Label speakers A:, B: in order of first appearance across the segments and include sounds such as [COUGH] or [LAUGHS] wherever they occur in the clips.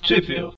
A: Possível.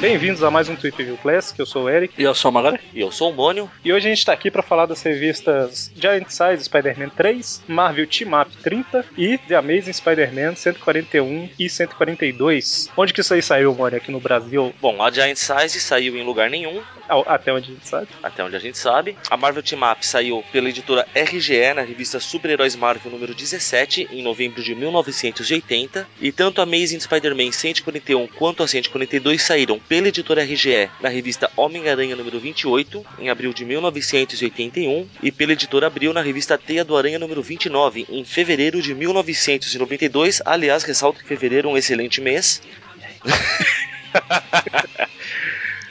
A: Bem-vindos a mais um Tweep View Classic, eu sou o Eric.
B: E eu sou o Magari. E eu sou o Mônio.
A: E hoje a gente tá aqui pra falar das revistas Giant Size Spider-Man 3, Marvel Team Up 30 e The Amazing Spider-Man 141 e 142. Onde que isso aí saiu, Mônio? Aqui no Brasil?
B: Bom, a Giant Size saiu em lugar nenhum,
A: Ao- Até onde a gente sabe.
B: até onde a gente sabe. A Marvel Team Up saiu pela editora RGE na revista Super-Heróis Marvel número 17, em novembro de 1980. E tanto a Amazing Spider-Man 141 quanto a 142 saíram pela editora RGE na revista Homem-Aranha número 28, em abril de 1981. E pela editora Abril na revista Teia do Aranha número 29, em fevereiro de 1992. Aliás, ressalto que fevereiro é um excelente mês.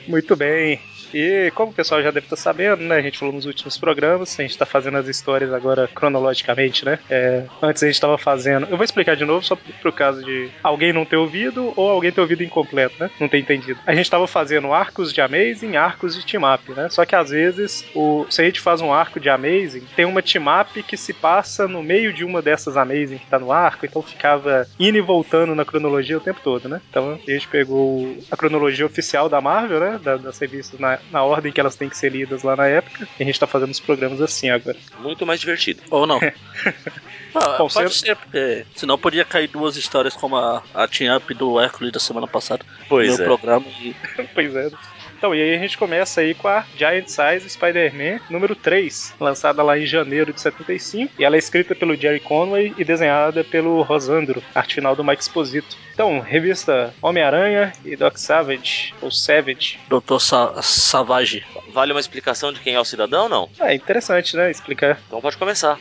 A: Muito bem. E como o pessoal já deve estar sabendo, né? A gente falou nos últimos programas, a gente tá fazendo as histórias agora cronologicamente, né? É, antes a gente tava fazendo. Eu vou explicar de novo, só pro caso de alguém não ter ouvido ou alguém ter ouvido incompleto, né? Não ter entendido. A gente tava fazendo arcos de Amazing, arcos de team up, né? Só que às vezes, o, se a gente faz um arco de Amazing, tem uma team up que se passa no meio de uma dessas Amazing que tá no arco, então ficava indo e voltando na cronologia o tempo todo, né? Então a gente pegou a cronologia oficial da Marvel, né? Da- das revistas na, na ordem que elas têm que ser lidas lá na época, e a gente tá fazendo os programas assim agora.
B: Muito mais divertido.
A: [LAUGHS]
C: Ou não. Ah,
A: Bom,
C: pode
A: você-
C: ser, porque senão podia cair duas histórias como a, a Team Up do Hércules da semana passada.
B: Pois
C: no
B: é.
C: programa e
A: pois é. Então, e aí a gente começa aí com a Giant Size Spider-Man número 3, lançada lá em janeiro de 75, e ela é escrita pelo Jerry Conway e desenhada pelo Rosandro, arte final do Mike Exposito. Então, revista Homem-Aranha e Doc Savage, ou Savage.
C: Dr. Sa Savage.
B: Vale uma explicação de quem é o cidadão ou não?
A: Ah, interessante, né? Explicar.
B: Então pode começar.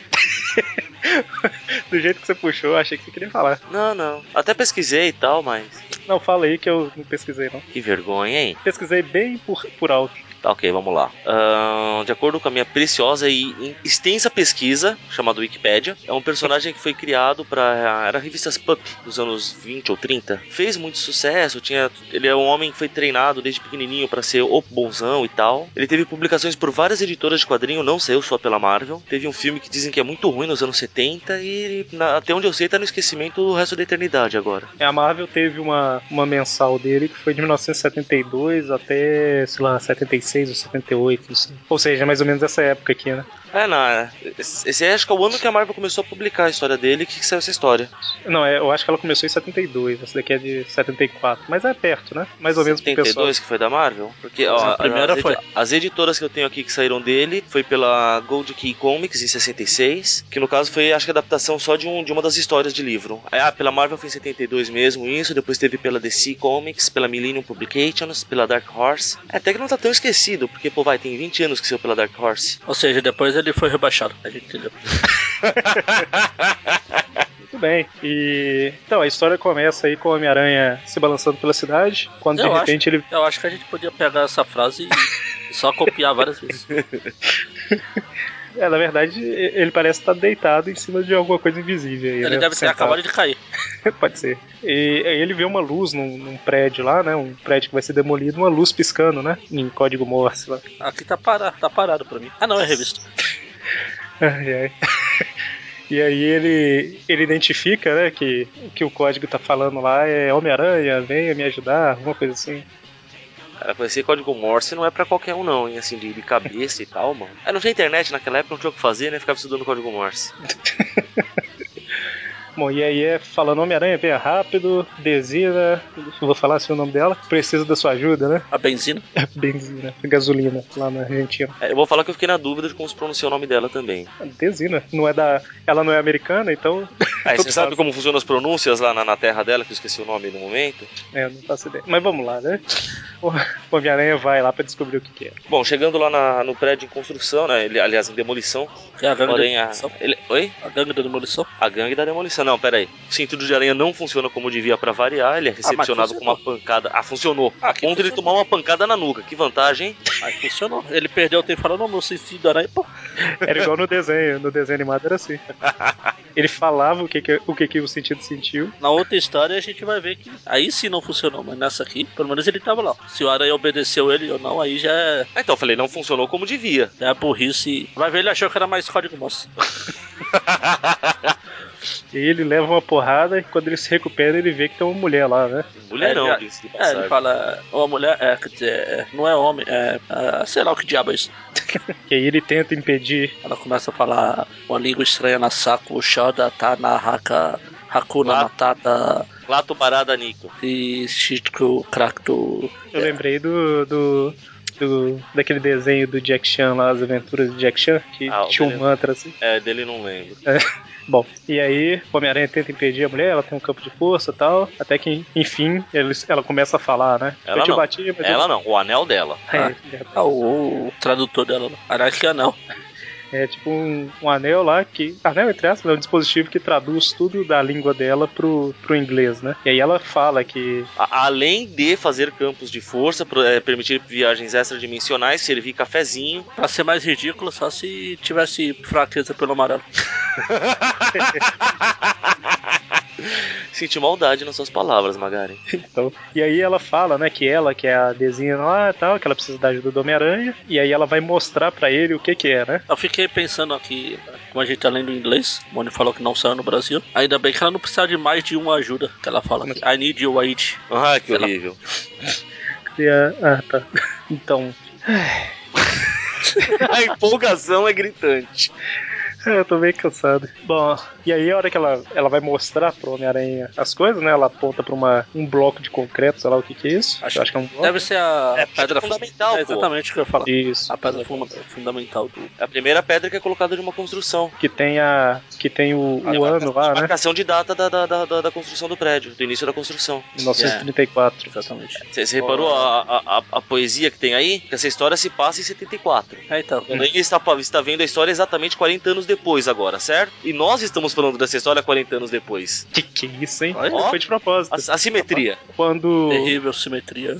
A: Do jeito que você puxou, achei que você queria falar.
B: Não, não. Até pesquisei e tal, mas.
A: Não, fala aí que eu não pesquisei, não.
B: Que vergonha, hein?
A: Pesquisei bem por, por alto.
B: Tá, ok, vamos lá. Ahn, de acordo com a minha preciosa e extensa pesquisa, chamada Wikipédia, é um personagem que foi criado para era revistas Pup dos anos 20 ou 30. Fez muito sucesso, tinha, ele é um homem que foi treinado desde pequenininho para ser o bonzão e tal. Ele teve publicações por várias editoras de quadrinho, não saiu só pela Marvel. Teve um filme que dizem que é muito ruim nos anos 70 e na- até onde eu sei tá no esquecimento o resto da eternidade agora.
A: É, A Marvel teve uma, uma mensal dele que foi de 1972 até, sei lá, 76 ou 78, não sei. Ou seja, mais ou menos essa época aqui, né?
B: É, não, é. esse esse aí acho que é o ano que a Marvel começou a publicar a história dele, que, que saiu essa história.
A: Não, é, eu acho que ela começou em 72, essa daqui é de 74, mas é perto, né? Mais ou menos pro pessoal.
B: 72 que foi da Marvel? Porque, ó,
C: A primeira
B: as, edi-
C: foi.
B: as editoras que eu tenho aqui que saíram dele foi pela Gold Key Comics em 66, que no caso foi, acho que, adaptação só de, um, de uma das histórias de livro. Ah, pela Marvel foi em 72 mesmo, isso, depois teve pela DC Comics, pela Millennium Publications, pela Dark Horse. É, Até que não tá tão esquecido, porque, pô, vai, tem 20 anos que saiu pela Dark Horse.
C: Ou seja, depois ele foi rebaixado. A gente entendeu.
A: Muito bem. E então a história começa aí com o Homem-Aranha se balançando pela cidade, quando
C: Eu
A: de
C: acho.
A: repente ele
C: Eu acho que a gente podia pegar essa frase
A: [LAUGHS]
C: e só copiar várias vezes.
A: É, na verdade, e- ele parece estar deitado em cima de alguma coisa invisível. Aí,
C: Ele
A: né?
C: deve ter
A: Sentado.
C: acabado de cair.
A: [LAUGHS] Pode ser. E aí ele vê uma luz num, num prédio lá, né? Um prédio que vai ser demolido, uma luz piscando, né? Em código Morse lá. [LAUGHS]
C: Aqui tá parado, tá parado pra mim. Ah não, é revista.
A: Ai, ai. [LAUGHS] E aí ele, ele identifica, né, que o que o código tá falando lá é Homem-Aranha, venha me ajudar, alguma coisa assim.
B: Cara, conhecer código Morse não é pra qualquer um, não, hein? Assim, de, de cabeça e tal, mano. Ah, não tinha internet naquela época, não tinha o que fazer, né? Ficava estudando código Morse.
A: Bom, e aí é falando Homem-Aranha, venha rápido, Desina, vou falar assim o nome dela, preciso da sua ajuda, né? [LAUGHS]
C: A benzina.
A: Benzina, gasolina, lá na Argentina.
B: É, eu vou falar que eu fiquei na dúvida de como se pronuncia o nome dela também.
A: Desina. Não é da. Ela não é americana, então. Tudo
B: Aí Ah, você sabe
A: fácil.
B: como funcionam as pronúncias lá na, na terra dela, que eu esqueci o nome no momento?
A: É, não faço ideia. Mas vamos lá, né? O Homem-Aranha vai lá pra descobrir o que, que é.
B: Bom, chegando lá na- no prédio em construção, né? Ele, aliás, em demolição.
C: Que é a gangue da
B: Porém, a,
C: demolição.
B: ele- Oi?
C: A gangue da demolição.
B: A gangue da demolição. Não, peraí. O cinturão de aranha não funciona como devia pra variar. Ele é
C: Ah, mas
B: recepcionado com uma pancada. Ah, funcionou. Ah,
C: que
B: ponto ele
C: funcionou.
B: tomar uma pancada na nuca. Que vantagem, hein?
C: Aí funcionou. Ele perdeu o tempo falando, não, meu sentido aranha, pô.
A: Era igual no desenho. No desenho animado era
B: [LAUGHS]
A: assim. Ele falava o que, que- o, que, que o sentido sentiu.
C: Na outra história a gente vai ver que aí sim não funcionou, mas nessa aqui, pelo menos ele tava lá. Se o Aranha obedeceu ele ou não, aí já é,
B: Ah, Então, eu falei, não funcionou como devia.
C: já é burrice. Vai ver, ele achou que era mais código moço.
A: E aí ele leva uma porrada e quando ele se recupera, ele vê que tem uma mulher lá, né?
B: Mulherão,
C: É,
B: diga-se de
C: É,
B: passagem.
C: ele fala, uma mulher, é, quer dizer, é, não é homem, é, ah, sei lá o que diabo é isso.
A: E aí ele tenta impedir.
C: Ela começa a falar uma língua estranha na saco, shoda, tá na haka, hakuna
B: Lá.
C: matata,
B: Lato Barada Nico.
C: e shiku krakto.
A: Eu lembrei do. do... do- daquele desenho do Jack Chan lá, as aventuras do Jack Chan, que
B: Ah, o
A: tinha um
B: beleza.
A: mantra assim.
B: É, dele não lembro.
A: Bom, e aí o Homem-Aranha tenta impedir a mulher, ela tem um campo de força e tal, até que, enfim, eles- ela começa a falar, né?
B: Ela
A: eu te
B: não.
A: bati, mas eu-
B: Ela não, o anel dela.
A: É, já-
C: Ah, o, o tradutor dela, lá. Arakia não.
A: É tipo um, um anel lá que. Anel entre aspas, é um dispositivo que traduz tudo da língua dela pro, pro inglês, né? E aí ela fala que.
B: A- além de fazer campos de força, pro- é, permitir viagens extradimensionais, servir cafezinho.
C: Pra ser mais ridículo, só se tivesse fraqueza pelo amarelo.
B: Senti maldade nas suas palavras, Magari.
A: Então, e aí ela fala, né, que ela, que é a desenha lá e tal, que ela precisa da ajuda do Homem-Aranha, e aí ela vai mostrar pra ele o que que é, né?
C: Eu fiquei pensando aqui, como a gente tá lendo em inglês, o Moni falou que não saiu no Brasil. Ainda bem que ela não precisa de mais de uma ajuda, que ela fala. aqui, I need your aid.
B: Ah, que
C: Sei lá.
B: horrível. [LAUGHS]
A: E a- ah, tá. [LAUGHS] Então.
B: A empolgação é gritante.
A: É, Eu tô meio cansado. Bom, e aí a hora que ela, ela vai mostrar pro Homem-Aranha as coisas, né? Ela aponta pra uma, um bloco de concreto, sei lá o que que é isso.
C: Acho
A: Eu acho que é um bloco.
C: Deve ser a
B: É,
C: pedra
B: é fundamental,
C: fun- É
B: pô.
C: exatamente o que eu ia falar.
A: Isso.
C: A pedra fun- fundamental do.
B: É a primeira pedra que é colocada de uma construção.
A: Que tem a. Que tem o,
C: Ah, tá,
A: o ano lá, né?
B: Marcação de data da, da, da, da- da construção do prédio, do início da construção.
A: 1934.
C: Exatamente.
B: Você você reparou a, a, a- a poesia que tem aí? Que essa história se passa em 74.
C: É, então.
B: O Aranha está, pa- está vendo a história exatamente 40 anos depois agora, certo? E nós estamos falando dessa história 40 anos depois.
A: Que que é isso, hein?
B: Olha.
A: Foi de propósito.
B: A, a simetria.
A: Tá Quando,
C: Terrível simetria.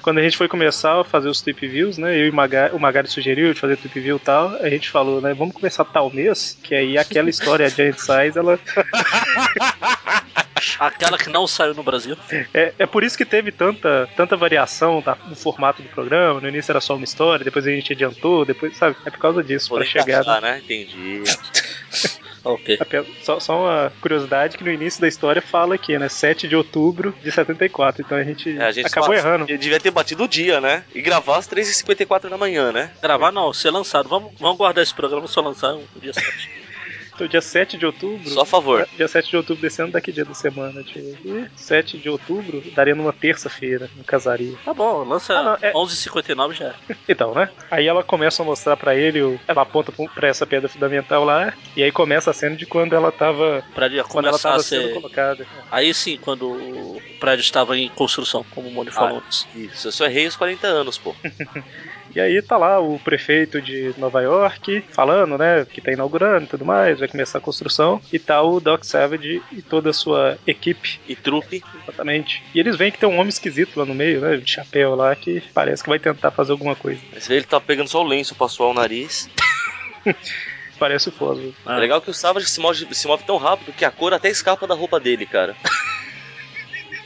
A: quando a gente foi começar a fazer os trip views, né? Eu e Maga- o Magari sugeriu de fazer trip view e tal. A gente falou, né? Vamos começar tal mês, que aí aquela história de Giant Size, ela.
C: Aquela que não saiu no Brasil.
A: É, é por isso que teve tanta, tanta variação da- no formato do programa. No início era só uma história, depois a gente adiantou, depois, sabe? É por causa disso, pra
B: Poder
A: chegar.
B: encaixar, né? Entendi.
C: Ok.
A: Apenas- Só, só uma curiosidade que no início da história fala aqui, né? 7 de outubro de 74. Então a gente,
B: É, a gente
A: acabou
B: fala-
A: errando.
B: Eu devia ter batido o dia, né? E gravar às 3h54 da manhã, né?
C: Gravar não, ser lançado. Vamos, vamos guardar esse programa só lançar um dia certo.
A: Então, dia 7 de outubro.
B: Só a favor.
A: Dia 7 de outubro desse ano, daqui dia da semana. Deixa eu ver aqui. 7 de outubro daria numa terça-feira, no casaria.
C: Tá bom, lança
A: Ah, não, é-
C: 11h59 já. é.
A: Então, né? Aí ela começa a mostrar pra ele, o- ela aponta pra um- pra essa pedra fundamental lá, e aí começa a cena de quando ela tava.
C: Pra ele
A: Quando ela
C: começar
A: tava
C: a
A: sendo
C: ser.
A: colocada.
C: Aí sim, quando o prédio estava em construção, como o Moni falou antes.
B: Isso, eu só errei os 40 anos, pô.
A: E aí tá lá o prefeito de Nova York falando, né? Que tá inaugurando e tudo mais, vai começar a construção. E tá o Doc Savage e toda a sua equipe,
B: E trupe.
A: exatamente. E eles veem que tem um homem esquisito lá no meio, né? De chapéu lá, que parece que vai tentar fazer alguma coisa.
B: Você vê, ele tá pegando só o lenço pra suar o nariz.
A: Parece o fósforo.
B: É legal que o Savage se move, se move tão rápido que a cor até escapa da roupa dele, cara.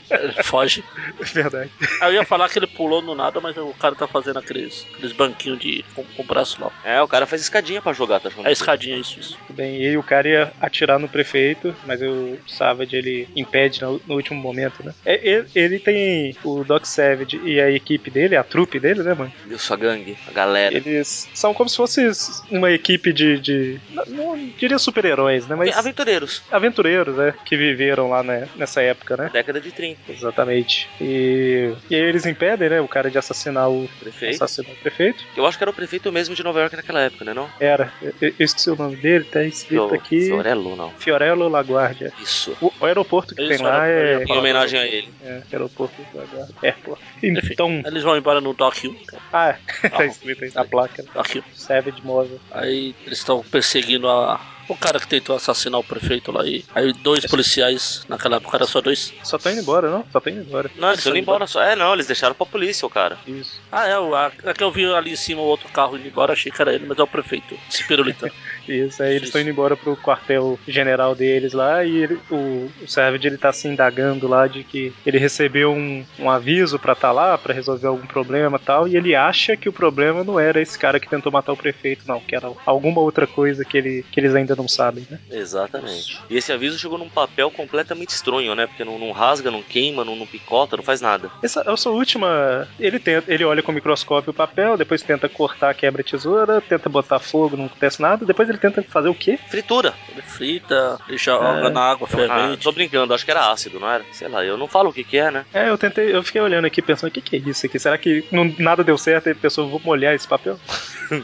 C: Ele Foge.
A: [LAUGHS] Verdade.
C: Aí eu ia falar que ele pulou no nada, mas o cara tá fazendo aqueles, aqueles banquinhos de, com, com o braço lá.
B: É, o cara faz escadinha pra jogar, tá achando?
C: É a escadinha, isso, isso.
A: Tudo bem, e aí o cara ia atirar no prefeito, mas o Savage ele impede no, no último momento, né? É, Ele, ele tem o Doc Savage e a equipe dele, a trupe dele, né, mano?
B: Eu sou a gangue, a galera.
A: Eles são como se fosse uma equipe de. de- não, não diria super-heróis, né? Mas
B: Aventureiros,
A: aventureiros, né? Que viveram lá né, nessa época, né?
B: década de 30.
A: Exatamente. E, e aí eles impedem, né? O cara de assassinar o,
B: Prefeito.
A: assassinar o prefeito.
B: Eu acho que era o prefeito mesmo de Nova York naquela época, né? Não?
A: Era. Eu, eu esqueci o nome dele, tá escrito
B: Fior-
A: aqui.
B: Fiorello, não.
A: Fiorello LaGuardia.
B: Isso.
A: O, o aeroporto que
C: Isso,
A: tem lá
C: era-
A: é,
C: era-
B: Em homenagem a ele.
A: é aeroporto do Guarda- Airport. Então,
C: Eles vão embora no Dock 1.
A: ah, [LAUGHS] tá escrito aí na placa, né?
C: Dock 1.
A: Savage Mother.
C: Aí eles estão perseguindo a. O cara que tentou assassinar o prefeito lá e aí dois policiais, naquela época era só dois.
A: Só tá indo embora, não? Só tá indo embora.
B: Não, eles
C: Eles
B: foram
C: foram
B: embora só. É, não, eles deixaram pra polícia, o cara.
A: Isso.
C: Ah, é, o, a, é que eu vi ali em cima o outro carro indo embora, achei que era ele, mas é o prefeito, se
B: [LAUGHS]
C: pirulitando.
A: Isso, aí eles
C: Isso.
A: estão indo embora pro quartel general deles lá e ele- o, o Savage ele tá se indagando lá de que ele recebeu um, um aviso pra tá lá, pra resolver algum problema e tal, e ele acha que o problema não era esse cara que tentou matar o prefeito, não, que era alguma outra coisa que, ele, que eles ainda não sabem, né?
B: Exatamente. E esse aviso chegou num papel completamente estranho, né? Porque não, não rasga, não queima, não, não picota, não faz nada.
A: Essa, essa última, ele tenta, ele olha com o microscópio o papel, depois tenta cortar, quebra a tesoura, tenta botar fogo, não acontece nada, depois ele tenta fazer o quê?
B: Fritura.
C: Ele frita, ele
B: É.
C: joga na água
B: Ah,
C: fervente.
B: tô brincando, acho que era ácido, não era? Sei lá, eu não falo o que que é, né?
A: É, eu tentei, eu fiquei olhando aqui pensando, o que, que é isso aqui? Será que não, nada deu certo e a pessoa, vou molhar esse papel?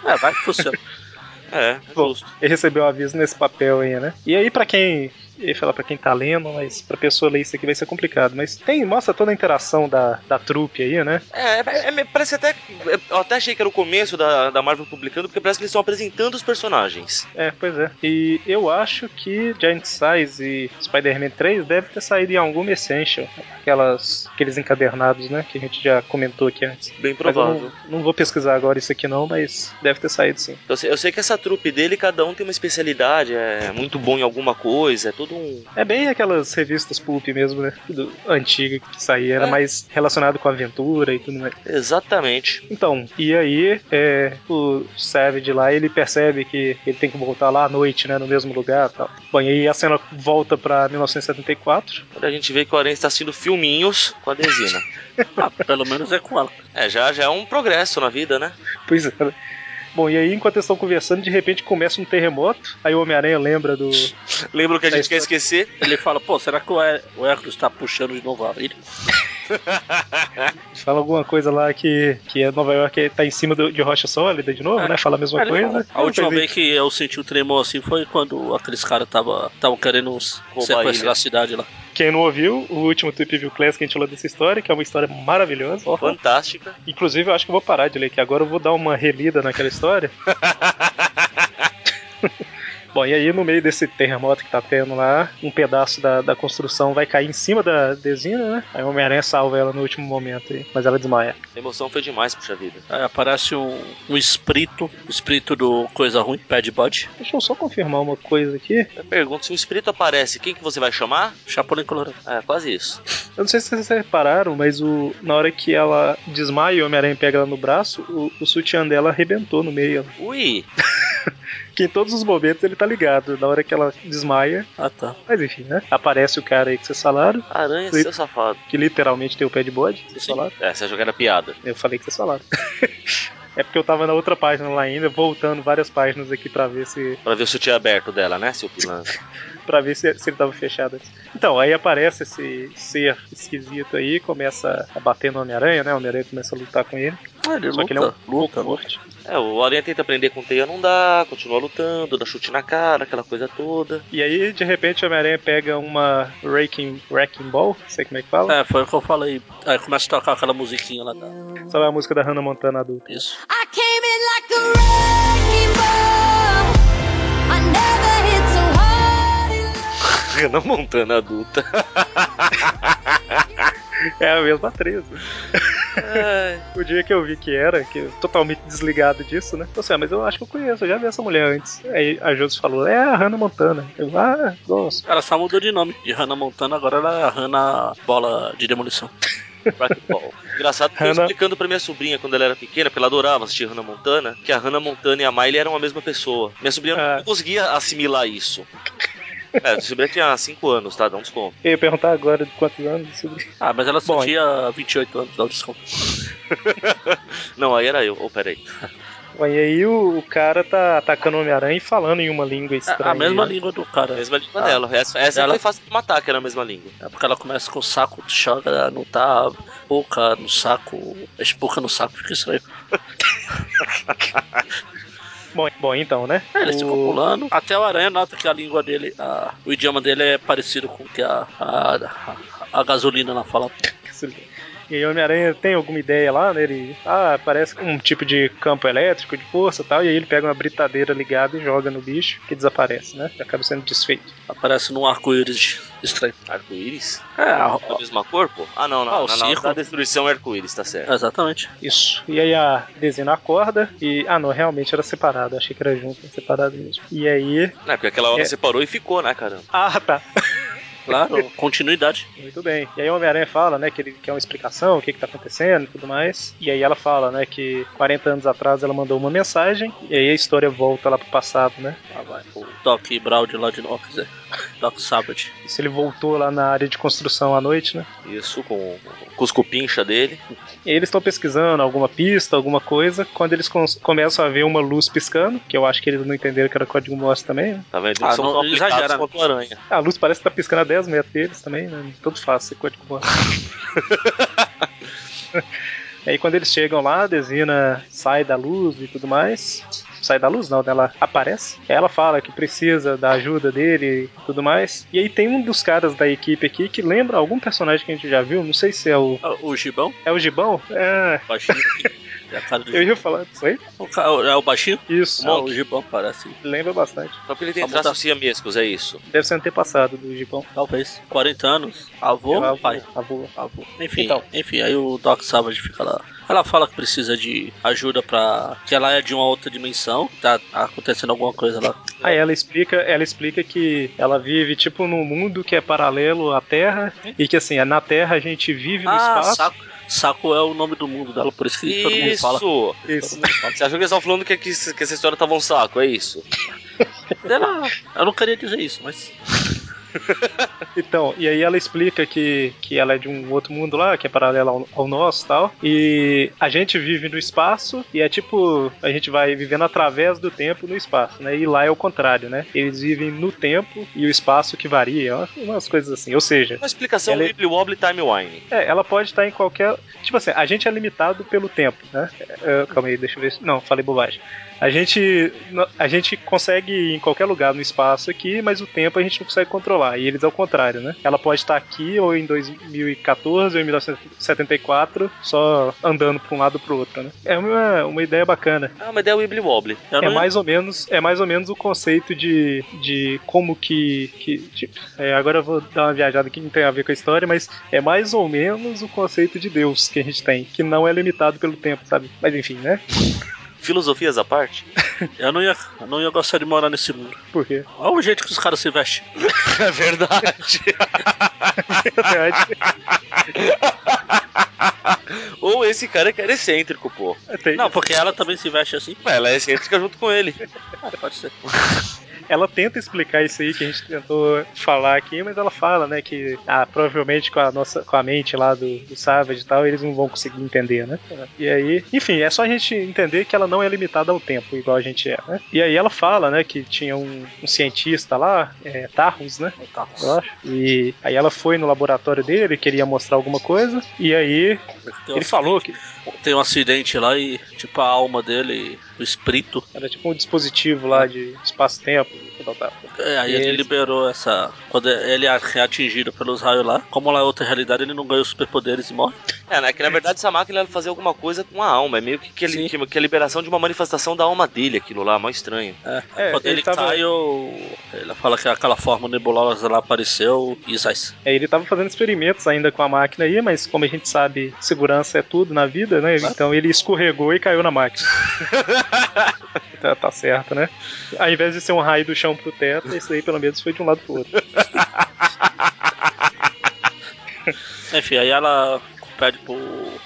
C: É, vai que funciona.
B: É,
A: Bom.
B: justo.
A: Ele recebeu o aviso nesse papel aí, né? E aí, pra quem. Eu ia falar pra quem tá lendo, mas pra pessoa ler isso aqui vai ser complicado. Mas tem, mostra toda a interação da, da trupe aí, né?
B: É, é- é- parece até. que- Eu até achei que era o começo da, da Marvel publicando, porque parece que eles estão apresentando os personagens.
A: É, pois é. E eu acho que Giant Size e Spider-Man 3 deve ter saído em algum Essential. Aquelas, aqueles encadernados, né? Que a gente já comentou aqui antes.
B: Bem
A: Mas eu
B: provável.
A: não, não vou pesquisar agora isso aqui não, mas deve ter saído sim.
B: Eu sei, eu sei que essa trupe dele, cada um tem uma especialidade, é muito bom em alguma coisa, é todo um.
A: É bem aquelas revistas pulp mesmo, né? Do, antiga que saía, era
B: É.
A: mais relacionado com aventura e tudo mais.
B: Exatamente.
A: Então, e aí é, o Savage lá, ele percebe que ele tem que voltar lá à noite, né, no mesmo lugar e tal. Bom, e aí a cena volta pra 1974.
B: Quando a gente vê que o Aranha está sendo filminhos com a Desina.
C: Ah, pelo menos é com ela.
B: é, já, já é um progresso na vida, né?
A: Pois é. né? Bom, e aí enquanto eles estão conversando, de repente começa um terremoto. Aí o Homem-Aranha lembra do...
B: [LAUGHS] Lembra o que a
A: É
B: gente
A: isso.
B: quer esquecer?
C: Ele fala, pô, será que o Her- o Hércules tá puxando de novo a ilha?
A: Fala alguma coisa lá que, que é Nova York tá em cima do- de rocha sólida de novo,
C: É.
A: né? Fala a mesma
C: Ele
A: coisa.
C: fala, A última
A: Pois é.
C: vez que eu senti o tremor assim foi quando aqueles caras tava estavam querendo uns
B: Roubar a ilha.
C: sequestrar a cidade lá.
A: Quem não ouviu, o último Tweep View Classic que a gente falou dessa história, que é uma história maravilhosa.
B: Fantástica.
A: Inclusive, eu acho que eu vou parar de ler, que agora eu vou dar uma relida naquela história. Bom, e aí no meio desse terremoto que tá tendo lá, um pedaço da, da construção vai cair em cima da Desina, né? Aí o Homem-Aranha salva ela no último momento, aí, mas ela desmaia.
B: A emoção foi demais, puxa vida.
C: Aí aparece um, um espírito, o espírito do Coisa Ruim, Bad Bud,
A: Deixa eu só confirmar uma coisa aqui.
B: Eu pergunto, se um espírito aparece, quem que você vai chamar?
C: Chapolin Colorado.
B: É, quase isso.
A: Eu não sei se vocês repararam, mas o, na hora que ela desmaia e o Homem-Aranha pega ela no braço, o, o sutiã dela arrebentou no meio.
B: Ui,
A: Que em todos os momentos ele tá ligado. Na hora que ela desmaia,
C: Ah tá.
A: mas enfim, né? Aparece o cara aí que vocês falaram.
B: aranha,
A: Ui.
B: seu safado.
A: que literalmente tem o pé de bode, vocês falaram?
B: É, essa jogada é piada.
A: Eu falei que vocês falaram. [LAUGHS] é porque eu tava na outra página lá ainda, voltando várias páginas aqui pra ver se
B: Pra ver o sutiã aberto dela, né, seu pilantra?
A: para ver se, se ele tava fechado. antes. Então, aí aparece esse ser esquisito aí, começa a bater no Homem-Aranha, né? O Homem-Aranha começa a lutar com ele.
C: Ah, ele
A: Só
C: luta,
A: que ele é um
C: luta, luta.
B: É, o aranha tenta prender com teia, não dá, continua lutando, dá chute na cara, aquela coisa toda.
A: E aí, de repente, o Homem-Aranha pega uma Wrecking, wrecking Ball, não sei como é que fala.
C: É, foi o que eu falei. Aí começa a tocar aquela musiquinha lá da.
A: Sabe a música da Hannah Montana adulta?
C: Isso.
D: I came in like a wrecking ball. I never hit so hard in
B: Renan Montana adulta.
A: É a mesma atriz.
C: É.
A: O dia que eu vi que era, que eu totalmente desligado disso, né? Eu falei, ah, mas eu acho que eu conheço, eu já vi essa mulher antes. Aí a Josi falou, é a Hannah Montana. Eu, ah, gosto.
C: Ela só mudou de nome. De Hannah Montana, agora ela é a Hannah Bola de Demolição.
B: Racquetball. Engraçado que eu
A: Hannah-
B: explicando pra minha sobrinha quando ela era pequena, porque ela adorava assistir Hannah Montana, que a Hannah Montana e a Miley eram a mesma pessoa. Minha sobrinha
A: Ah.
B: não conseguia assimilar isso. É, minha sobrinha tinha 5 anos, tá? Dá um desconto.
A: Eu ia perguntar agora de quantos anos sobre
C: Ah, mas ela só
A: Bom,
C: tinha 28 anos, dá o desconto.
B: Não, aí era eu. Oh, peraí.
A: Bom, E aí o, o cara tá atacando o Homem-Aranha e falando em uma língua estranha.
C: É, A, a mesma
A: né?
C: língua do cara.
B: Mesma língua
C: Ah.
B: dela. Essa, essa
C: Ela-
B: foi fácil de matar, que era a mesma língua.
C: É porque ela começa com o saco, joga, não tá boca no saco, as boca no saco, fica estranho.
A: Bom, bom, então, né?
C: Aí eles ficam
A: O-
C: pulando. Até o aranha nota que a língua dele, a- o idioma dele é parecido com o que a, a, a- a gasolina lá fala.
A: E aí o Homem-Aranha tem alguma ideia lá, né? Ele, ah, parece um tipo de campo elétrico, de força e tal. E aí ele pega uma britadeira ligada e joga no bicho, que desaparece, né? Acaba sendo desfeito.
C: Aparece num arco-íris estranho.
B: Arco-íris?
C: É, a-
B: Da mesma cor, pô? Ah, não, não.
C: Ah, o
B: não, não,
C: circo.
B: Da destruição é arco-íris, tá certo.
C: exatamente.
A: Isso. E aí a Desina acorda e. Ah não, realmente era separado. Achei que era junto, era separado mesmo. E aí.
B: É, porque aquela hora
A: É.
B: você parou e ficou, né, caramba?
A: Ah, tá.
C: Claro, continuidade.
A: Muito bem. E aí o Homem-Aranha fala, né, que ele quer uma explicação, o que que tá acontecendo e tudo mais. E aí ela fala, né, que 40 anos atrás ela mandou uma mensagem, e aí a história volta lá pro passado, né?
C: Ah, vai. O Doc Braud lá de novo, quer dizer, Doc Sabbath.
A: E se ele voltou lá na área de construção à noite, né?
B: Isso, com, com os cupincha dele.
A: E aí eles estão pesquisando alguma pista, alguma coisa, quando eles cons- começam a ver uma luz piscando, que eu acho que eles não entenderam que era código Morse também, né?
B: Tá vendo?
C: Ah,
B: Eles são
C: não,
B: tão aplicados
C: exagera.
B: quanto o aranha.
A: A luz parece que tá piscando a 10 metros deles também, né? Todo fácil, é código Morse. Aí quando eles chegam lá, a Desina sai da luz e tudo mais. Sai da luz não, né? ela aparece. Aí Ela fala que precisa da ajuda dele e tudo mais. E aí tem um dos caras da equipe aqui que lembra algum personagem que a gente já viu, não sei se é o.
C: Ah, O Gibão,
A: É o Gibão? É.
C: baixinho aqui. É a cara do
A: Eu ia falar disso aí.
C: O ca- É o baixinho?
A: Isso.
C: Não, o Gibão parece.
A: Lembra bastante.
B: Só que ele tem
C: Vamos
B: traços siamescos, é isso.
A: Deve ser antepassado do Gibão.
C: Talvez. 40 anos. Avô,
A: Ela-
C: pai.
A: avô.
C: avô. Enfim,
A: Então.
C: enfim, aí o Doc Savage fica lá. Ela fala que precisa de ajuda pra. que ela é de uma outra dimensão. Tá acontecendo alguma coisa lá.
A: Aí ela explica, ela explica que ela vive tipo num mundo que é paralelo à Terra e que assim, na Terra a gente vive no
C: Ah,
A: espaço.
C: saco. Saco é o nome do mundo dela, por isso que todo mundo fala.
B: Isso!
A: Isso.
B: Você achou que eles estavam falando que, que, que essa história tava um saco, é isso?
C: Ela- eu não queria dizer isso, mas.
A: Então, e aí ela explica que, que ela é de um outro mundo lá, que é paralelo ao, ao nosso e tal. E a gente vive no espaço e é tipo, a gente vai vivendo através do tempo no espaço, né? E lá é o contrário, né? Eles vivem no tempo e o espaço que varia, ó, umas coisas assim. Ou seja,
B: Uma explicação
A: Ela é-
B: Wibbly Wobbly Time Wine.
A: é, ela pode estar em qualquer. Tipo assim, a gente é limitado pelo tempo, né? É, calma aí, deixa eu ver. se- Não, falei bobagem. A gente, a gente consegue ir em qualquer lugar no espaço aqui, mas o tempo a gente não consegue controlar. E eles ao contrário, né? Ela pode estar aqui ou em 2014 ou em 1974, só andando pra um lado ou pro outro, né? É uma, uma ideia bacana.
B: Ah, mas daí é o Wibbly Wobbly.
C: Eu
A: É
C: não
A: mais ou menos, é mais ou menos o conceito de, de como que, que tipo, é, agora eu vou dar uma viajada que não tem a ver com a história, mas é mais ou menos o conceito de Deus que a gente tem, que não é limitado pelo tempo, sabe? Mas enfim, né?
B: Filosofias à parte?
C: Eu não ia, eu não ia gostar de morar nesse mundo.
A: Por quê? [LAUGHS]
C: Olha o jeito que os caras se vestem.
B: [LAUGHS] é verdade.
A: Na verdade,
B: [LAUGHS] Ou esse cara que era excêntrico, pô.
A: tem-
C: Não, porque ela também se veste assim.
B: Ué, Ela é excêntrica junto com ele.
C: Ah, pode ser.
A: Ela tenta explicar isso aí que a gente tentou falar aqui, mas ela fala, né, que ah, provavelmente com a nossa com a mente lá do, do Savage e tal, eles não vão conseguir entender, né? E aí, enfim, é só a gente entender que ela não é limitada ao tempo, igual a gente é, né? E aí ela fala, né, que tinha um, um cientista lá, é, Tarros, né?
C: Tá.
A: Eu acho. E aí ela foi no laboratório dele, queria mostrar alguma coisa, e aí
C: Tem um-
A: ele falou que
C: Tem um acidente lá e, tipo, a alma dele, o espírito,
A: era tipo um dispositivo lá de espaço-tempo. tal, tal.
C: É, aí
A: E
C: ele
A: ele-
C: liberou essa. Quando ele é atingido pelos raios lá, como lá é outra realidade, ele não ganha os superpoderes e morre.
B: É, né? Que na verdade essa máquina ela fazia alguma coisa com a alma. É meio que, que, ele- que, que a liberação de uma manifestação da alma dele, aquilo lá, mó estranho.
C: É,
A: É,
C: quando ele,
A: ele tava-
C: cai, o... ele fala que aquela forma nebulosa lá apareceu e sai.
A: É, ele estava fazendo experimentos ainda com a máquina aí, mas como a gente sabe, segurança é tudo na vida, né? Então ele escorregou e caiu na máquina. tá, tá certo, né? Ao invés de ser um raio do chão pro teto, isso aí pelo menos foi de um lado pro outro.
C: Enfim, aí ela pede pro,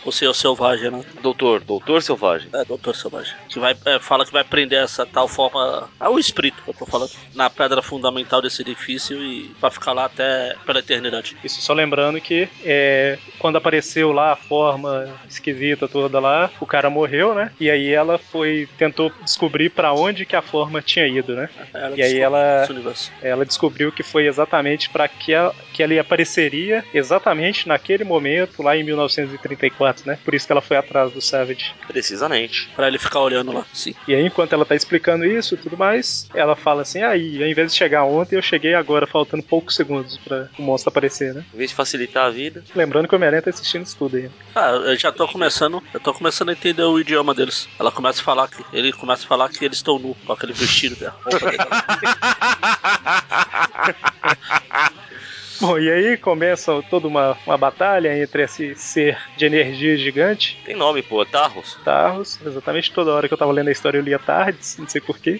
C: pro senhor selvagem, né?
B: Doutor, doutor selvagem.
C: É, doutor selvagem. Que vai, é, fala que vai prender essa tal forma. Ah, o espírito que eu tô falando. Na pedra fundamental desse edifício e vai ficar lá até pela eternidade.
A: Isso só lembrando que é, quando apareceu lá a forma esquisita toda lá, o cara morreu, né? E aí ela foi tentou descobrir pra onde que a forma tinha ido, né?
C: Ela
A: E aí
C: descobre
A: ela-
C: esse universo.
A: Ela descobriu que foi exatamente para que, a- que ele apareceria exatamente naquele momento, lá em 1934, né? Por isso que ela foi atrás do Savage.
B: Precisamente.
C: Pra ele ficar olhando lá, sim.
A: E aí, enquanto ela tá explicando isso e tudo mais, ela fala assim: aí, ao invés de chegar ontem, eu cheguei agora, faltando poucos segundos para o monstro aparecer, né?
B: Em vez de facilitar a vida.
A: Lembrando que o Homem-Aranha tá assistindo isso tudo aí.
C: Ah, eu já tô começando, eu tô começando a entender o idioma deles. Ela começa a falar que ele começa a falar que eles estão nu com aquele vestido da roupa dele.
A: Bom, e aí começa toda uma, uma batalha entre esse ser de energia gigante,
B: Tem nome, pô, é Tarros.
A: Tarros.
B: [LAUGHS]
A: Exatamente toda hora que eu tava lendo a história eu lia Tardes, não sei porquê.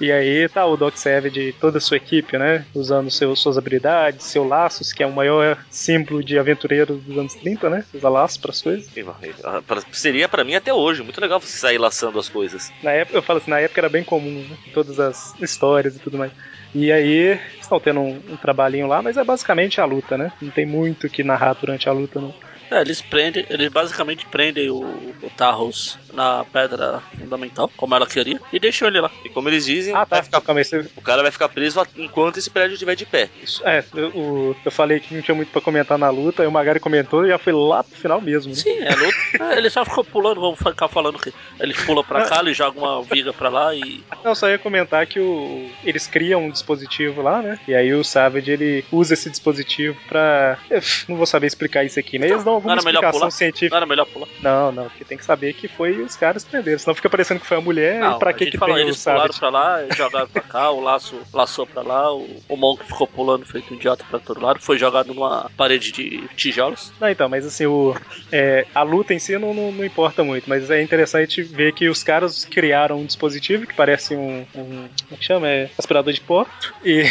A: E aí tá o Doc Savage e toda a sua equipe, né? Usando seu, suas habilidades, seu laços, que é o maior símbolo de aventureiro dos anos 30, né? Usa laços pras coisas.
B: E, ah, pra- Seria pra mim até hoje muito legal você sair laçando as coisas.
A: Na época, eu falo assim, na época era bem comum, né? Todas as histórias e tudo mais. E aí, estão tendo um, um trabalhinho lá, mas é basicamente a luta, né? Não tem muito o que narrar durante a luta, não.
C: É, eles prendem, eles basicamente prendem o, o Tarros na pedra fundamental, como ela queria, e deixam ele lá.
B: E como eles dizem,
A: Ah, tá.
B: vai ficar-
A: Calma aí, você-
B: o cara vai ficar preso a- enquanto esse prédio estiver de pé.
A: isso- é, eu, o- eu falei que não tinha muito pra comentar na luta, aí o Magari comentou e já foi lá pro final mesmo, né?
C: Sim, é
A: [LAUGHS]
C: luta. É, ele só ficou pulando, vamos ficar falando que ele pula pra cá, ele joga uma viga pra lá e.
A: Não, só ia comentar que o, eles criam um dispositivo lá, né? E aí o Savage ele usa esse dispositivo pra. Eu não vou saber explicar isso aqui, mas eles dão alguma
C: Não era melhor
A: explicação
C: pular? Ah.
A: científica.
C: Não era melhor pular.
A: Não, não, porque tem que saber é que foi os caras que prenderam, senão fica parecendo que foi a mulher
C: Não,
A: e pra
C: a
A: que
C: gente
A: que
C: fala,
A: tem o
C: eles pularam
A: Savage.
C: pra lá, jogaram pra cá, o laço laçou pra lá, o, o Monk ficou pulando feito um idiota pra todo lado, foi jogado numa parede de tijolos.
A: Não, então, mas assim, o, é, a luta em si não, não, não importa muito, mas é interessante ver que os caras criaram um dispositivo que parece um. um como que chama? É aspirador de pó. E.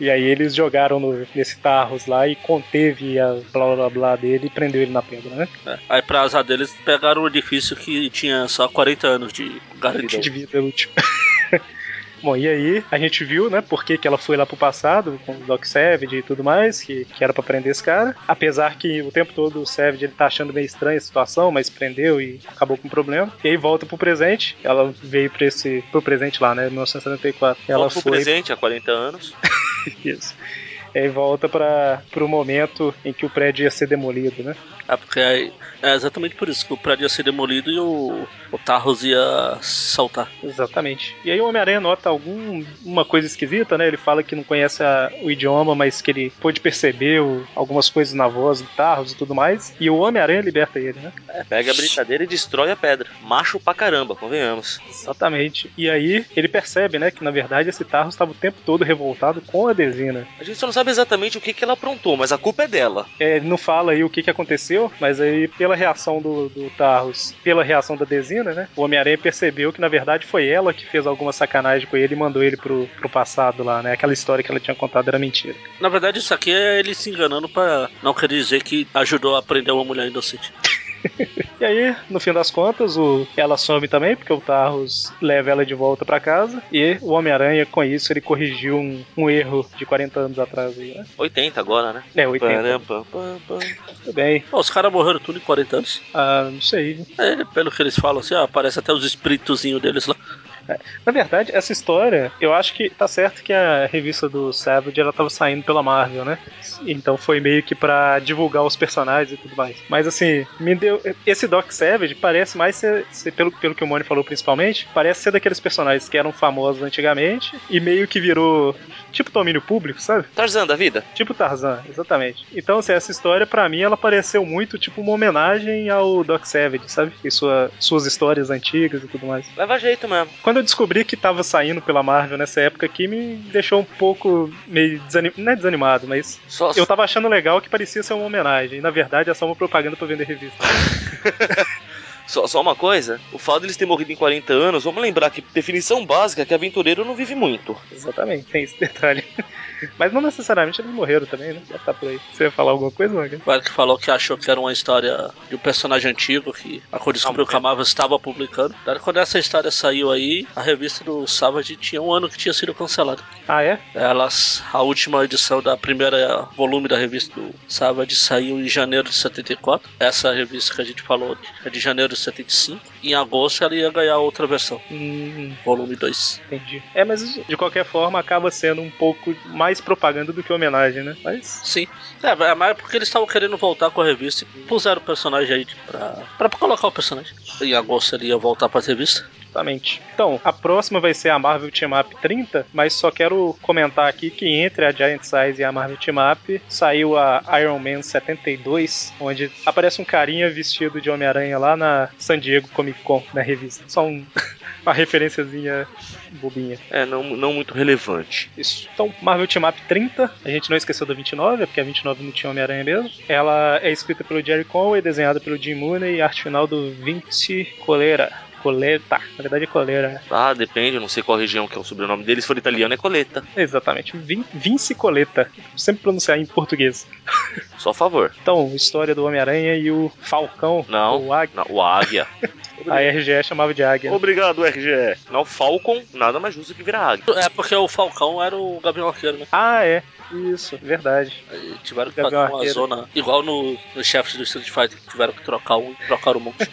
A: E aí eles jogaram no- nesse Tarros lá e conteve a blá blá blá dele e prendeu ele na pedra, né?
C: né? Aí pra azar deles, pegaram um edifício que tinha só 40 anos de garantia.
A: de vida útil. [LAUGHS] Bom, e aí a gente viu, né, por que, que ela foi lá pro passado, com o Doc Savage e tudo mais, que, que era pra prender esse cara. Apesar que o tempo todo o Savage ele tá achando meio estranha a situação, mas prendeu e acabou com o problema. E aí volta pro presente, ela veio pra esse, pro presente lá, né, 1974. Ela
B: Volta pro
A: foi
B: presente há 40 anos.
A: isso. E aí volta para pro momento em que o prédio ia ser demolido, né?
C: É porque aí- é exatamente por isso que o prédio ia ser demolido e o, o Tarros ia saltar.
A: Exatamente. E aí o Homem-Aranha nota alguma coisa esquisita, né? Ele fala que não conhece a- o idioma, mas que ele pôde perceber o- algumas coisas na voz, guitarras e tudo mais. E o Homem-Aranha liberta ele, né?
B: É, pega a brincadeira e destrói a pedra. Macho pra caramba, convenhamos.
A: Exatamente. E aí ele percebe, né, que na verdade esse Tarros estava o tempo todo revoltado com a Desina.
B: A gente só não sabe exatamente o que, que ela aprontou, mas a culpa é dela.
A: É, ele não fala aí o que, que aconteceu, mas aí pela reação do, do Tarros, pela reação da Desina, né? O Homem-Aranha percebeu que na verdade foi ela que fez alguma sacanagem com ele e mandou ele pro, pro passado lá, né? Aquela história que ela tinha contado era mentira.
C: Na verdade, isso aqui é ele se enganando pra não querer dizer que ajudou a prender uma mulher inocente.
A: E aí, no fim das contas, o, ela some também, porque o Tarros leva ela de volta pra casa. E o Homem-Aranha, com isso, ele corrigiu um, um erro de 40 anos atrás aí, né?
B: 80 agora, né?
A: É, 80.
B: Pam, pam, pam, pam.
A: Muito bem.
C: Pô, os caras morreram tudo em 40 anos.
A: Ah, não sei.
C: É, pelo que eles falam, assim, ó, aparece até os espíritozinhos deles lá.
A: Na verdade, essa história, eu acho que tá certo que a revista do Savage ela tava saindo pela Marvel, né? Então foi meio que pra divulgar os personagens e tudo mais. Mas assim, me deu. Esse Doc Savage parece mais ser, ser- pelo, pelo que o Mone falou principalmente, parece ser daqueles personagens que eram famosos antigamente e meio que virou tipo domínio público, sabe?
B: Tarzan da vida.
A: Tipo Tarzan, exatamente. Então, assim, essa história, pra mim, ela pareceu muito tipo uma homenagem ao Doc Savage, sabe? E sua- suas histórias antigas e tudo mais.
B: Leva jeito mesmo.
A: Quando eu descobri que tava saindo pela Marvel nessa época aqui, me deixou um pouco meio desanimado. Não é desanimado, mas.
B: Só
A: Eu tava achando legal que parecia ser uma homenagem. E na verdade é só uma propaganda pra vender revista.
B: Só, só uma coisa, o fato deles terem morrido em 40 anos, vamos lembrar que definição básica é que aventureiro não vive muito.
A: Exatamente, tem esse detalhe. [LAUGHS] Mas não necessariamente eles morreram também, né? Deve estar por aí. Você ia falar alguma coisa, Maga?
C: O cara que falou que achou que era uma história de um personagem antigo que a quando descobriu que a Marvel estava publicando. Daí, Quando essa história saiu aí, a revista do Savage tinha um ano que tinha sido cancelada.
A: Ah, é?
C: Elas, a última edição da primeira volume da revista do Savage saiu em janeiro de 74. Essa revista que a gente falou é de janeiro de 75. Em agosto ela ia ganhar outra versão,
A: Hum,
C: volume 2.
A: entendi. É, mas de qualquer forma acaba sendo um pouco mais propaganda do que homenagem, né? Mas.
C: Sim. É, mas- mas é porque eles estavam querendo voltar com a revista e puseram o personagem aí pra, pra colocar o personagem. Em agosto ele ia voltar pra revista.
A: Exatamente. Então, a próxima vai ser a Marvel Team Up 30, mas só quero comentar aqui que entre a Giant Size e a Marvel Team Up saiu a Iron Man 72, onde aparece um carinha vestido de Homem-Aranha lá na San Diego Comic Con, na revista. Só um- [LAUGHS] uma referenciazinha bobinha.
B: É, não, não muito relevante.
A: Isso. Então, Marvel Team Up 30, a gente não esqueceu da 29, é porque a 29 não tinha Homem-Aranha mesmo. Ela é escrita pelo Jerry Conway, desenhada pelo Jim Mooney e arte final do Vince Coleira. Coleta. Na verdade é Colera.
B: Ah, depende, eu não sei qual região que é o sobrenome dele. Se for italiano, é coleta.
A: Exatamente. Vin Vince Coleta. Sempre pronunciar em português.
B: Só favor.
A: Então, história do Homem-Aranha e o Falcão.
B: Não.
A: O Águia.
B: Não, o Águia.
A: A RGE chamava de Águia. né?
B: Obrigado, RGE. Não, Falcon, nada mais justo que virar águia.
C: É porque o Falcão era o Gabriel Arqueiro, né?
A: Ah, é. Isso, verdade.
C: Aí tiveram que
A: Gabriel
C: fazer uma
A: Arqueiro.
C: zona. Igual no, nos chefes do Street Fighter, que tiveram que trocar um e trocaram um monte.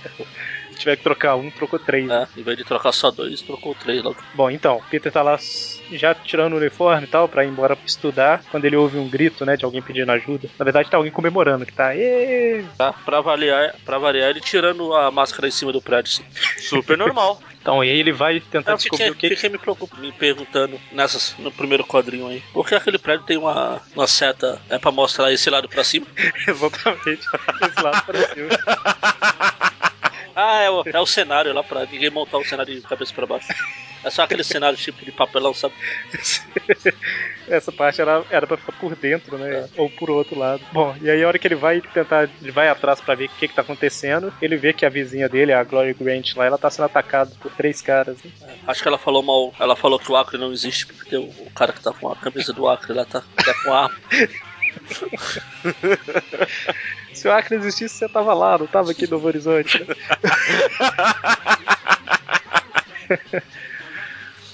A: Se tiver que trocar um, trocou três. né?
C: né? Em vez de trocar só dois, trocou três logo.
A: Bom, então, Peter tá lá s- já tirando o uniforme e tal, pra ir embora estudar, quando ele ouve um grito, né, de alguém pedindo ajuda. Na verdade, tá alguém comemorando que tá. "Ê!"
C: Tá? Pra, variar, pra variar, ele tirando a máscara em cima do prédio. Assim. É
B: Super normal.
A: Então, e aí ele vai tentar
C: Eu
A: descobrir
C: fiquei,
A: o que. é? que-
C: fiquei me, preocup- me perguntando nessas, no primeiro quadrinho aí. Por que aquele prédio tem uma, uma seta? É pra mostrar esse lado pra cima?
A: é. [LAUGHS] Exatamente. Esse lado pra cima.
C: Ah, é o, é o cenário lá pra ninguém montar o cenário de cabeça pra baixo. É só aquele cenário tipo de papelão, sabe?
A: Essa parte era, era pra ficar por dentro, né? Ou por outro lado. Bom, e aí a hora que ele vai tentar, ele vai atrás pra ver o que que tá acontecendo, ele vê que a vizinha dele, a Gloria Grant lá, ela tá sendo atacada por três caras. né?
C: Acho que ela falou mal. Ela falou que o Acre não existe porque o, o cara que tá com a camisa do Acre lá tá, tá com a arma.
A: Se o Acre existisse, você tava lá, não tava aqui no Novo Horizonte. [LAUGHS] né?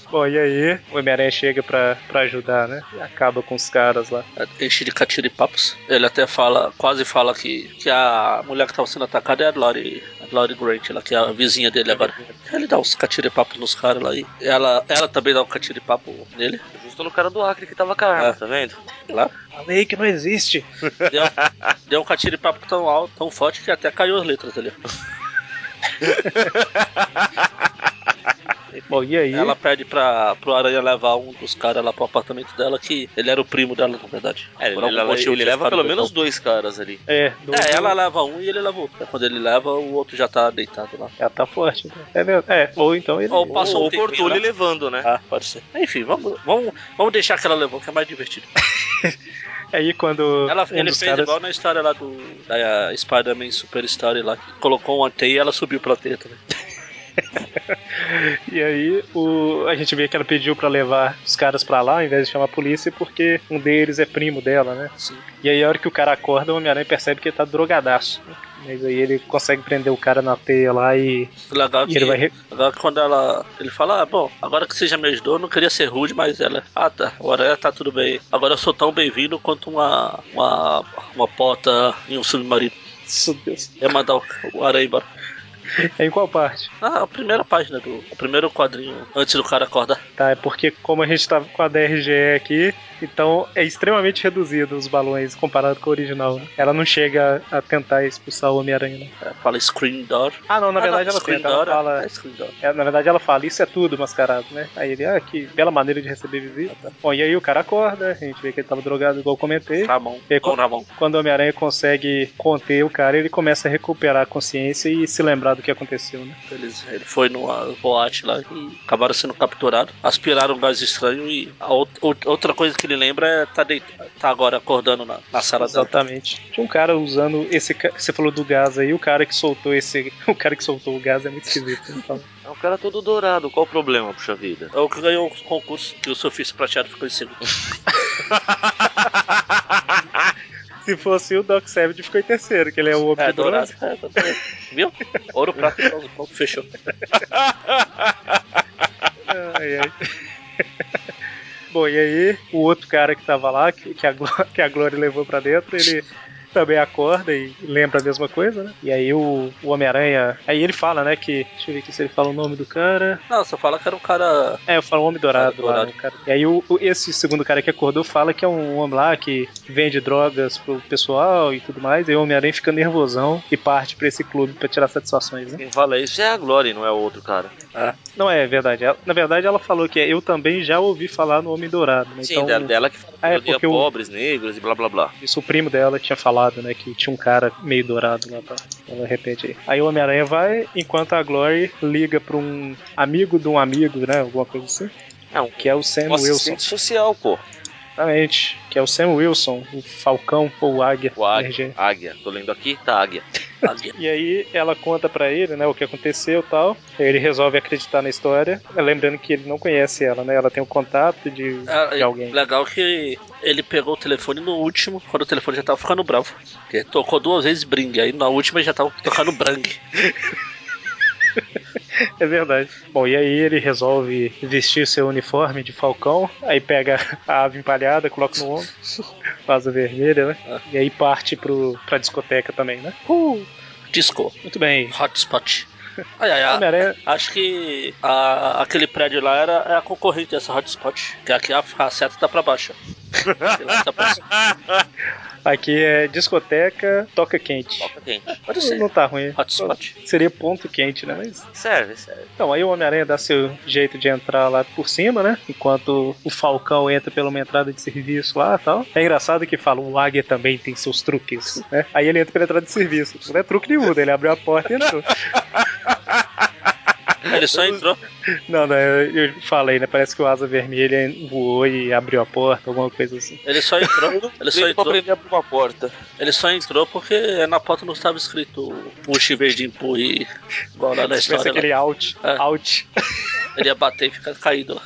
A: Bom, e aí o Homem-Aranha chega pra, pra ajudar, né? E acaba com os caras lá.
C: tá Enche de catiripapos. Ele até fala, quase fala que, que a mulher que tava sendo atacada é a Lori, a Lori Grant, lá, que é a vizinha dele agora. Ele dá uns catiripapos nos caras lá e ela, ela também dá um catiripapo nele,
B: Justo no cara do Acre que tava com a arma,
C: É.
B: tá vendo?
C: lá.
A: Falei que não existe.
C: Deu, deu um catiripapo tão alto, tão forte que até caiu as letras ali.
A: Bom, e
B: Uhum.
A: aí?
C: Ela pede pra, pro Aranha levar um dos caras lá pro apartamento dela, que ele era o primo dela, na verdade.
B: É, ele,
C: Por algum
B: ele-
C: motivo
B: ele
C: tinha
B: leva
C: ficado
B: pelo
C: doidão.
B: menos dois caras ali.
A: É, do-
C: É, ela leva um e ele leva outro. Quando ele leva, o outro já tá deitado lá.
A: Ela tá forte. Então. É, mesmo. é, ou então ele.
C: Ou Passou um
B: Ou o
C: tempinho,
B: Cortulho
C: né?
B: levando, né?
A: É,
C: Ah, pode ser. Enfim, vamos, vamos, vamos deixar que ela levou, que é mais divertido.
A: Aí quando.
C: Ela,
A: um
C: ele
A: dos
C: fez
A: caras-
C: igual na história lá do da Spider-Man Super Story lá, que colocou uma teia e ela subiu pela teia também.
A: [LAUGHS] E aí o, a gente vê que ela pediu pra levar os caras pra lá, ao invés de chamar a polícia, porque um deles é primo dela, né?
C: Sim.
A: E aí a hora que o cara acorda, o Homem-Aranha percebe que ele tá drogadaço. Mas aí ele consegue prender o cara na teia lá e, [LAUGHS]
C: O Legal
A: e
C: que,
A: ele vai. re-
C: legal que quando ela. Ele fala, ah, bom, agora que você já me ajudou, eu não queria ser rude, mas ela. Ah tá, agora ela tá tudo bem. Agora eu sou tão bem-vindo quanto uma. uma. uma pota em um submarino.
A: Isso, Deus.
C: Ia mandar o, o aranha embora.
A: É em qual parte?
C: Ah, a primeira página do. O primeiro quadrinho antes do cara acordar.
A: Tá, é porque como a gente tá com a DRGE aqui, então é extremamente reduzido os balões comparado com o original. né? Ela não chega a tentar expulsar o Homem-Aranha. né?
C: É, fala Screen Door.
A: Ah, não, na
C: Ah,
A: verdade
C: não,
A: ela
C: Screen
A: tenta. Ela
C: Door é-
A: fala.
C: é Screen Door.
A: É, na verdade, ela fala, isso é tudo mascarado, né? Aí ele, ah, que bela maneira de receber visita. Bom, e aí o cara acorda, a gente vê que ele tava drogado, igual eu comentei.
C: Ramon.
A: E aí,
C: Bom,
A: quando-
C: Ramon.
A: Quando o Homem-Aranha consegue conter o cara, ele começa a recuperar a consciência e se lembrar do que aconteceu, né?
C: Eles, ele foi numa boate lá e acabaram sendo capturados, aspiraram um gás estranho e a out- out- outra coisa que ele lembra é tá, deit- tá agora acordando na, na sala dela.
A: Exatamente. Tinha um cara usando esse. ca- Você falou do gás aí, o cara que soltou esse. [LAUGHS] O cara que soltou o gás é muito esquisito. [LAUGHS] Então,
B: É um cara todo dourado, qual o problema, puxa vida?
C: É o que ganhou o concurso, que o surfista prateado ficou em segundo.
A: se fosse o Doc Savage, ficou em terceiro, que ele é o homem
C: É,
A: de
C: dourado.
A: dourado.
C: É, dourado. Viu? Ouro, prata e bronze. Pronto, fechou.
A: Ai, [LAUGHS] ai. Bom, e aí, o outro cara que tava lá, que, que a, Gló- [LAUGHS] que a Glória levou pra dentro, ele também acorda e lembra a mesma coisa, né? E aí o, o Homem-Aranha. Aí ele fala, né, que. Deixa eu ver aqui se ele fala o nome do cara.
C: Não, só fala que era um cara...
A: É, eu falo Homem Dourado,
C: Cara Dourado.
A: lá, né, cara. E aí o, o- esse segundo cara que acordou fala que é um homem lá que vende drogas pro pessoal e tudo mais. E aí o Homem-Aranha fica nervosão e parte pra esse clube pra tirar satisfações, né?
B: Quem fala isso é a Glory, não é o outro cara.
A: Não é verdade. Ela- na verdade, ela falou que é, eu também já ouvi falar no Homem Dourado. Né?
B: Sim,
A: então,
B: dela, dela que fala que
A: Ah, é
B: odeia
A: porque o-
B: pobres, negros e blá blá blá.
A: Isso o primo dela tinha falado, né? Que tinha um cara meio dourado lá, tá? Ela repete aí. Aí o Homem-Aranha vai, enquanto a Glory liga pra um amigo de um amigo, né? Alguma coisa assim.
B: É um,
A: Que é o Sam
B: um
A: Wilson.
B: assistente social, pô.
A: Exatamente. Que é o Sam Wilson, o Falcão ou o Águia.
B: O Águia.
A: RG.
B: Águia. Tô lendo aqui, tá Águia.
C: Águia.
A: E aí ela conta pra ele, né, o que aconteceu e tal. Ele resolve acreditar na história. Lembrando que ele não conhece ela, né? Ela tem um contato de,
C: Ah,
A: de alguém.
C: Legal que ele pegou o telefone no último, quando o telefone já tava ficando bravo. Porque tocou duas vezes bring, aí na última já tava tocando brang.
A: É verdade. Bom, e aí ele resolve vestir seu uniforme de falcão, aí pega a ave empalhada, coloca no ombro, [LAUGHS] vaza vermelha, né? E aí parte pro, pra discoteca também, né?
C: Disco,
A: Muito bem.
C: hotspot. Ai, ai, ai.
A: Homem-Aranha,
C: Acho que a- aquele prédio lá era é a concorrente dessa hotspot. Que aqui a, a seta tá pra baixo. Acho que lá tá pra cima.
A: aqui é discoteca, toca quente.
B: Toca quente.
C: Pode ser.
A: Não tá ruim.
C: Hotspot.
A: Seria ponto quente, né? Mas
B: Serve, serve.
A: Então, aí o Homem-Aranha dá seu jeito de entrar lá por cima, né? Enquanto o Falcão entra pela uma entrada de serviço lá e tal. É engraçado que fala, o Águia também tem seus truques, né? Aí ele entra pela entrada de serviço. Não é truque nenhum, né? ele abriu a porta e
C: [LAUGHS]
A: entrou.
C: Ele só entrou.
A: Não, não, eu, eu falei, né? Parece que o Asa Vermelha voou e abriu a porta, alguma coisa assim.
C: Ele só entrou. Ele só
B: Veio pra
C: entrou.
B: aprender a abrir uma porta.
C: Ele só entrou porque é na pauta não estava escrito puxa em vez de empurre. Igual lá na
A: Parece
C: história. lá.
A: aquele out,
C: É.
A: out. [LAUGHS]
C: Ele ia bater e ficar caído lá.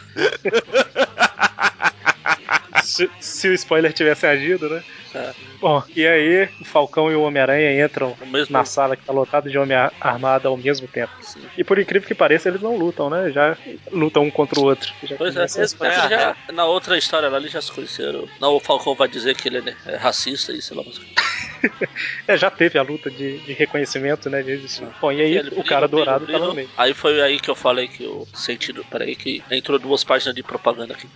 A: Se, se o spoiler tivesse agido, né?
C: É.
A: Bom, e aí o Falcão e o Homem-Aranha entram
C: O mesmo
A: na sala que tá lotada de homem ar- armado ao mesmo tempo.
C: Sim.
A: E por incrível que pareça, eles não lutam, né? Já lutam um contra o outro. Já
C: Pois é,
A: começa-
C: mesmo,
B: é.
C: já- na outra história lá eles já se conheceram. Não, o Falcão vai dizer que ele é racista e sei lá. Mas...
A: é, já teve a luta de, de reconhecimento, né? De existir. Bom, e aí
C: Ele
A: o
C: brilha,
A: cara
C: brilha,
A: dourado
C: brilha.
A: tá lá no meio.
C: Aí foi aí que eu falei que o sentido. Peraí, que entrou duas páginas de propaganda aqui.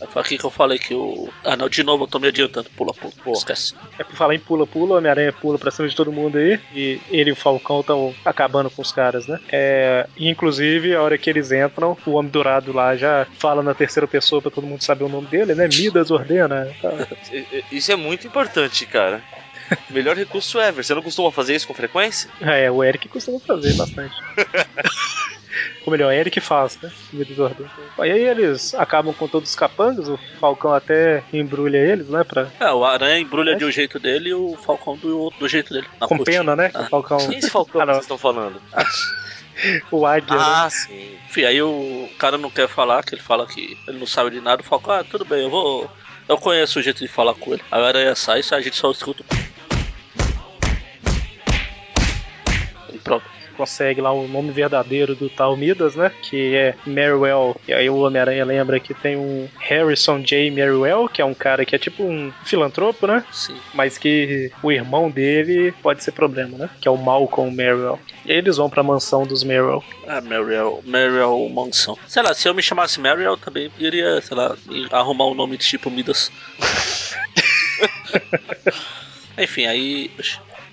C: Aí Foi aqui que eu falei que o. Ah, não, de novo eu tô me adiantando. Pula, pula, pula. Esquece.
A: É por falar em pula-pula, o Homem-Aranha pula pra cima de todo mundo aí. E ele e o Falcão estão acabando com os caras, né? É, e, inclusive, a hora que eles entram, o Homem Dourado lá já fala na terceira pessoa pra todo mundo saber o nome dele, né? Midas ordena. tá?
B: I- i- Isso é muito importante, cara. Melhor recurso ever. Você não costuma fazer isso com frequência?
A: É, o Eric costuma fazer bastante. Ou melhor, o Eric faz, né? Midas ordena. Aí eles acabam com todos os capangas, o Falcão até embrulha eles, né? Pra,
C: É, o Aranha embrulha de um jeito dele e o Falcão do, do jeito dele. Na
A: com
C: curte.
A: pena, né? que O Falcão,
B: Quem é esse
A: [LAUGHS]
B: falcão
A: Ah,
B: que
A: não.
B: vocês estão falando?
A: o Águia, né?
B: Ah, sim.
C: Enfim, aí o cara não quer falar, que ele fala que ele não sabe de nada. O Falcão, ah, tudo bem, eu vou. Eu conheço o jeito de falar com ele. Aí o Aranha sai e a gente só escuta. E pronto.
A: consegue lá o nome verdadeiro do tal Midas, né? Que é Merwell. E aí o Homem-Aranha lembra que tem um Harrison J. Merwell, que é um cara que é tipo um filantropo, né?
C: Sim.
A: Mas que o irmão dele pode ser problema, né? Que é o Malcolm Merwell. E aí eles vão pra mansão dos Merwell.
C: Ah, Mariel, Mariel Manson. é Sei lá, se eu me chamasse Mariel, eu também iria, sei lá, me arrumar um nome de tipo Midas. Enfim, aí.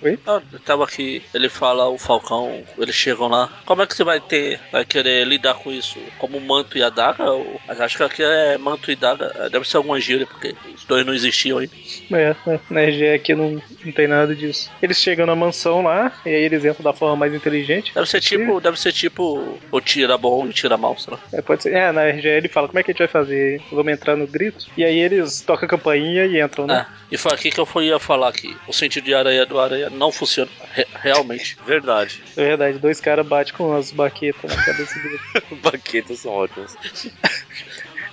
A: Oi?
C: Ah, eu tava aqui, ele fala, o Falcão, eles chegam lá. Como é que você vai ter, vai querer lidar com isso? Como manto e adaga? Ou- Mas acho que aqui é manto e adaga, eh, deve ser alguma gíria, porque os dois não existiam ainda.
A: É, é, na RGE aqui não, não tem nada disso. Eles chegam na mansão lá, e aí eles entram da forma mais inteligente.
C: Deve ser tipo, deve ser tipo, o tira bom e o tira mal, sei lá.
A: É, pode ser. É, na RGE ele fala: como é que a gente vai fazer? Vamos entrar no grito. E aí eles tocam a campainha e entram, né?
C: Ah, e foi aqui que eu fui ia falar que o sentido de aranha do aranha não funciona re- realmente.
B: Verdade.
A: É verdade, dois caras batem com as baquetas na cabeça dele.
B: Baquetas são ótimas.
A: [LAUGHS]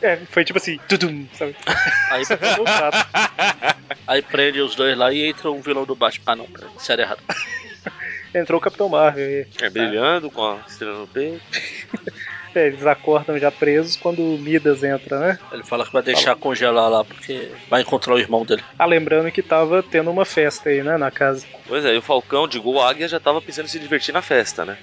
A: É, foi tipo assim, tudum, sabe?
C: [LAUGHS] Aí,
A: Pegou o prato.
C: aí prende os dois lá e entra um vilão do Batman. Ah não, peraí, sério errado.
A: Entrou o Capitão Marvel. E,
B: É, brilhando com a estrela no peito.
A: é, eles acordam já presos quando o Midas entra, né?
C: Ele fala que vai deixar congelar lá porque vai encontrar o irmão dele.
A: Ah, lembrando que tava tendo uma festa aí, né, na casa.
B: Pois é, e o Falcão, digo, o Águia já tava pensando em se divertir na festa, né?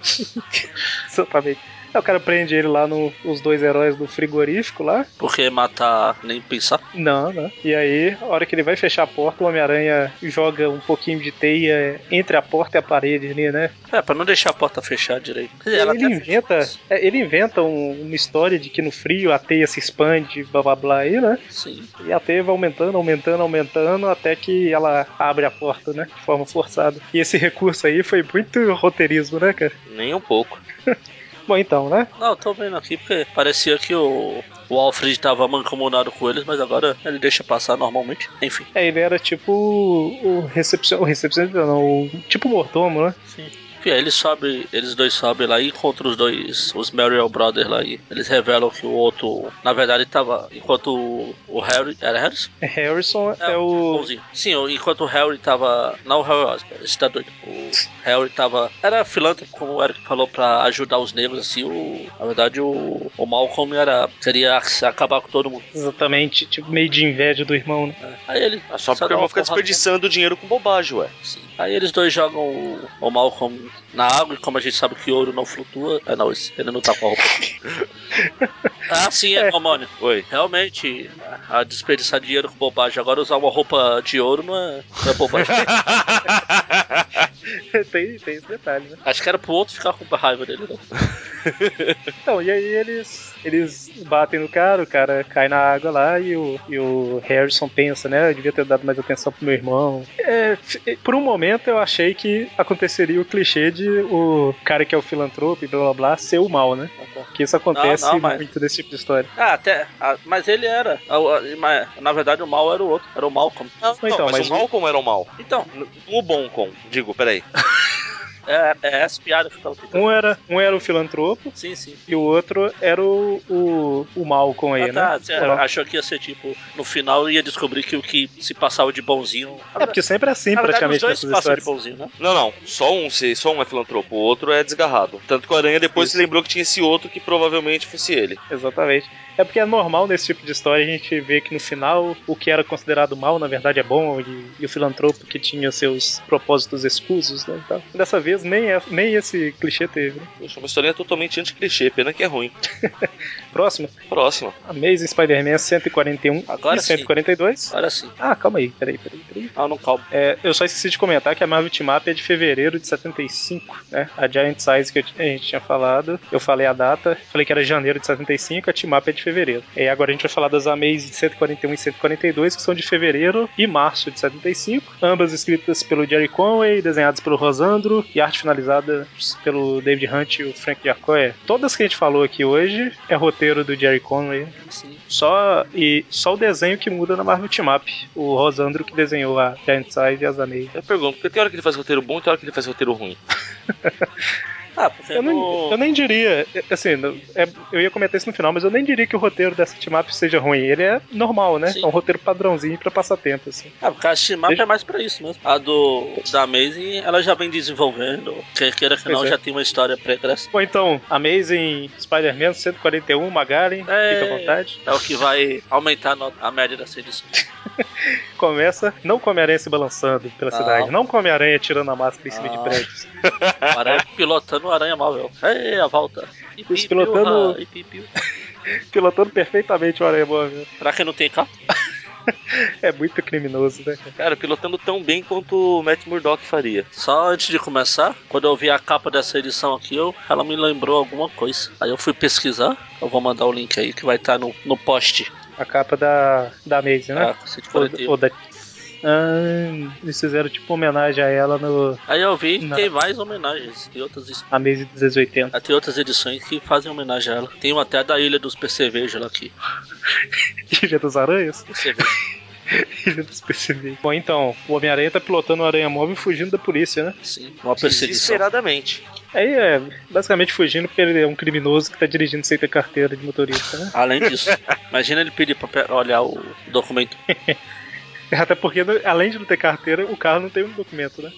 A: Exatamente. Aí o cara prende ele lá no os dois heróis do frigorífico lá.
C: Porque matar nem pensar.
A: Não, não. E aí, a hora que ele vai fechar a porta, o Homem-Aranha joga um pouquinho de teia entre a porta e a parede ali, né?
C: É, pra não deixar a porta fechar direito. Quer dizer, ela
A: ele
C: até
A: inventa,
C: fecha,
A: é, ele inventa um- uma história de que no frio a teia se expande, blá blá blá aí, né?
C: mas, Sim.
A: E a teia vai aumentando, aumentando, aumentando, até que ela abre a porta, né? De forma forçada. E esse recurso aí foi muito roteirismo, né, cara?
B: Nem um pouco.
A: Bom, então, né?
C: Não, eu tô vendo aqui porque parecia que o O Alfred tava mancomunado com eles, mas agora ele deixa passar normalmente. Enfim.
A: É, ele era tipo o recepcionista, o recepcionista não, o tipo mordomo, né?
C: Sim. E aí eles sobem, eles dois sobem lá e encontram os dois, os Merrill Brothers lá e eles revelam que o outro, na verdade, tava. Enquanto o, o Harry. Era Harris?
A: Harrison é, o.
C: bonzinho. Sim, tipo o- enquanto o Harry tava. Não o Harry Osborn, esse tá doido. O Harry tava. Era filântropo, como o Eric falou, pra ajudar os negros, assim. O, na verdade, o, o Malcolm era. Seria acabar com todo mundo.
A: Exatamente, tipo meio de inveja do irmão, né?
C: Aí ele.
B: Ah, Só porque
C: dá uma
B: o irmão fica
C: porrada.
B: desperdiçando dinheiro com bobagem, ué.
C: Sim. Aí eles dois jogam o, o Malcolm na água, e como a gente sabe que ouro não flutua. Ah, não, esse- ele não tá [LAUGHS] com a roupa. ah, sim, é hormônio.
B: Oi.
C: Realmente, a a desperdiçar dinheiro com bobagem. Agora usar uma roupa de ouro não é, não é [LAUGHS] bobagem.
A: [LAUGHS] tem, tem esse detalhe, né?
C: Acho que era pro outro ficar com raiva dele, né?
A: Então, e aí eles, eles batem no cara, o cara cai na água lá e o, e o Harrison pensa, né? Eu devia ter dado mais atenção pro meu irmão. É, f- e por um momento eu achei que aconteceria o clichê de o cara que é o filantropo e blá blá blá ser o mal, né? Que isso acontece
C: Não, não, mas-
A: muito nesse tipo de história.
C: Ah, até. ah, mas ele era. Ah, ah, mas, Na verdade, o mal era o outro. Era o Malcolm.
B: Não,
A: Então,
B: não, mas,
A: mas
B: o Malcolm era o mal.
C: Então,
B: O Boncom, digo, peraí.
C: é, é essa piada que eu tava tentando.
A: Um era, um era o filantropo
C: Sim, sim.
A: e o outro era o, o, o Malcolm aí,
C: Ah, tá,
A: né?
C: você achou que ia ser tipo, no final ia descobrir que o que se passava de bonzinho.
A: É porque sempre é assim,
C: Na verdade, os
A: praticamente,
C: dois
A: nessas
C: se passam de
A: histórias.
C: bonzinho, né?
B: Não, não. Só um, se- só um é filantropo, o outro é desgarrado. Tanto que o Aranha depois se lembrou que tinha esse outro que provavelmente fosse ele.
A: Exatamente. É porque é normal nesse tipo de história a gente ver que no final o que era considerado mal na verdade é bom e, e o filantropo que tinha seus propósitos escusos, né? e tal. Dessa vez nem, é- nem esse clichê teve. Né?
B: Poxa, uma historinha totalmente anti-clichê, pena que é ruim.
A: Próximo,
B: Próxima.
A: Amazing Spider-Man 141
C: Agora
A: e
C: sim.
A: 142.
C: Agora sim.
A: Ah, calma aí, peraí, peraí, peraí.
C: Ah, não calma.
A: É, eu só esqueci de comentar que a Marvel Team Up é de fevereiro de 75, né? A Giant Size que eu t- a gente tinha falado, eu falei a data, falei que era janeiro de 75, a Team Up é de fevereiro. E agora a gente vai falar das Amazing 141 e 142, que são de fevereiro e março de 75, ambas escritas pelo Jerry Conway, desenhadas pelo Rosandro e arte finalizada pelo David Hunt e o Frank Jacoya. Todas que a gente falou aqui hoje é roteiro do Jerry Conway,
C: Sim.
A: só, e só o desenho que muda na Marvel Team Up. O Rosandro que desenhou a Giant Size e as Amazing.
B: Eu pergunto, porque tem hora que ele faz roteiro bom e tem hora que ele faz roteiro ruim.
C: Ah, porque
A: Eu,
C: no-
A: não, eu nem diria, é- assim, não- é- eu ia comentar isso no final, mas eu nem diria que o roteiro dessa team up seja ruim. Ele é normal, né?
C: Sim.
A: É um roteiro padrãozinho pra passar tempo, assim.
C: Ah, porque a Shimap
A: Deixa-
C: é mais pra isso mesmo. A do da Amazing, ela já vem desenvolvendo. Quer queira que
A: Pois
C: não,
A: é.
C: já tem uma história pregressa.
A: Ou então, Amazing Spider-Man 141, Magaren,
C: É.
A: um, fica à vontade.
C: É o que vai aumentar a, nota- a média da série.
A: Começa, não come aranha se balançando pela
C: Não.
A: cidade, não come aranha tirando a máscara em cima de
C: Não.
A: prédios. [LAUGHS]
C: O aranha [LAUGHS] pilotando o Aranha Marvel. É, a volta. E pipiu,
A: pilotando-
C: ah, e pipiu.
A: Pilotando perfeitamente o aranha móvel.
C: Pra quem não tem carro,
A: É muito criminoso, né?
B: Cara, pilotando tão bem quanto o Matt Murdock faria.
C: só antes de começar, quando eu vi a capa dessa edição aqui, eu, ela me lembrou alguma coisa. Aí eu fui pesquisar. Eu vou mandar o link aí que vai estar no, no post.
A: A capa da, da Amazing, né?
C: Tá?
A: Ou,
C: 141.
A: ou da... Ah, eles fizeram tipo homenagem a ela no
C: Aí eu vi que
A: Não.
C: tem mais homenagens. Tem outras his-
A: Amazing [LAUGHS] 280.
C: Ah, Tem outras edições que fazem homenagem a ela. Tem uma até da Ilha dos Percevejos lá aqui.
A: Ilha das Aranhas? [LAUGHS]
C: Percevejo.
A: Ilha dos percebidos. Bom, então, o Homem-Aranha tá pilotando o Aranha Móvel e fugindo da polícia, né?
C: Sim, [LAUGHS] uma perseguição.
B: Desesperadamente.
A: Aí é basicamente fugindo porque ele é um criminoso que tá dirigindo sem ter carteira de motorista, né?
C: Além disso, imagina ele pedir pra pe- olhar o documento.
A: [LAUGHS] Até porque, no- além de não ter carteira, o carro não tem um documento, né?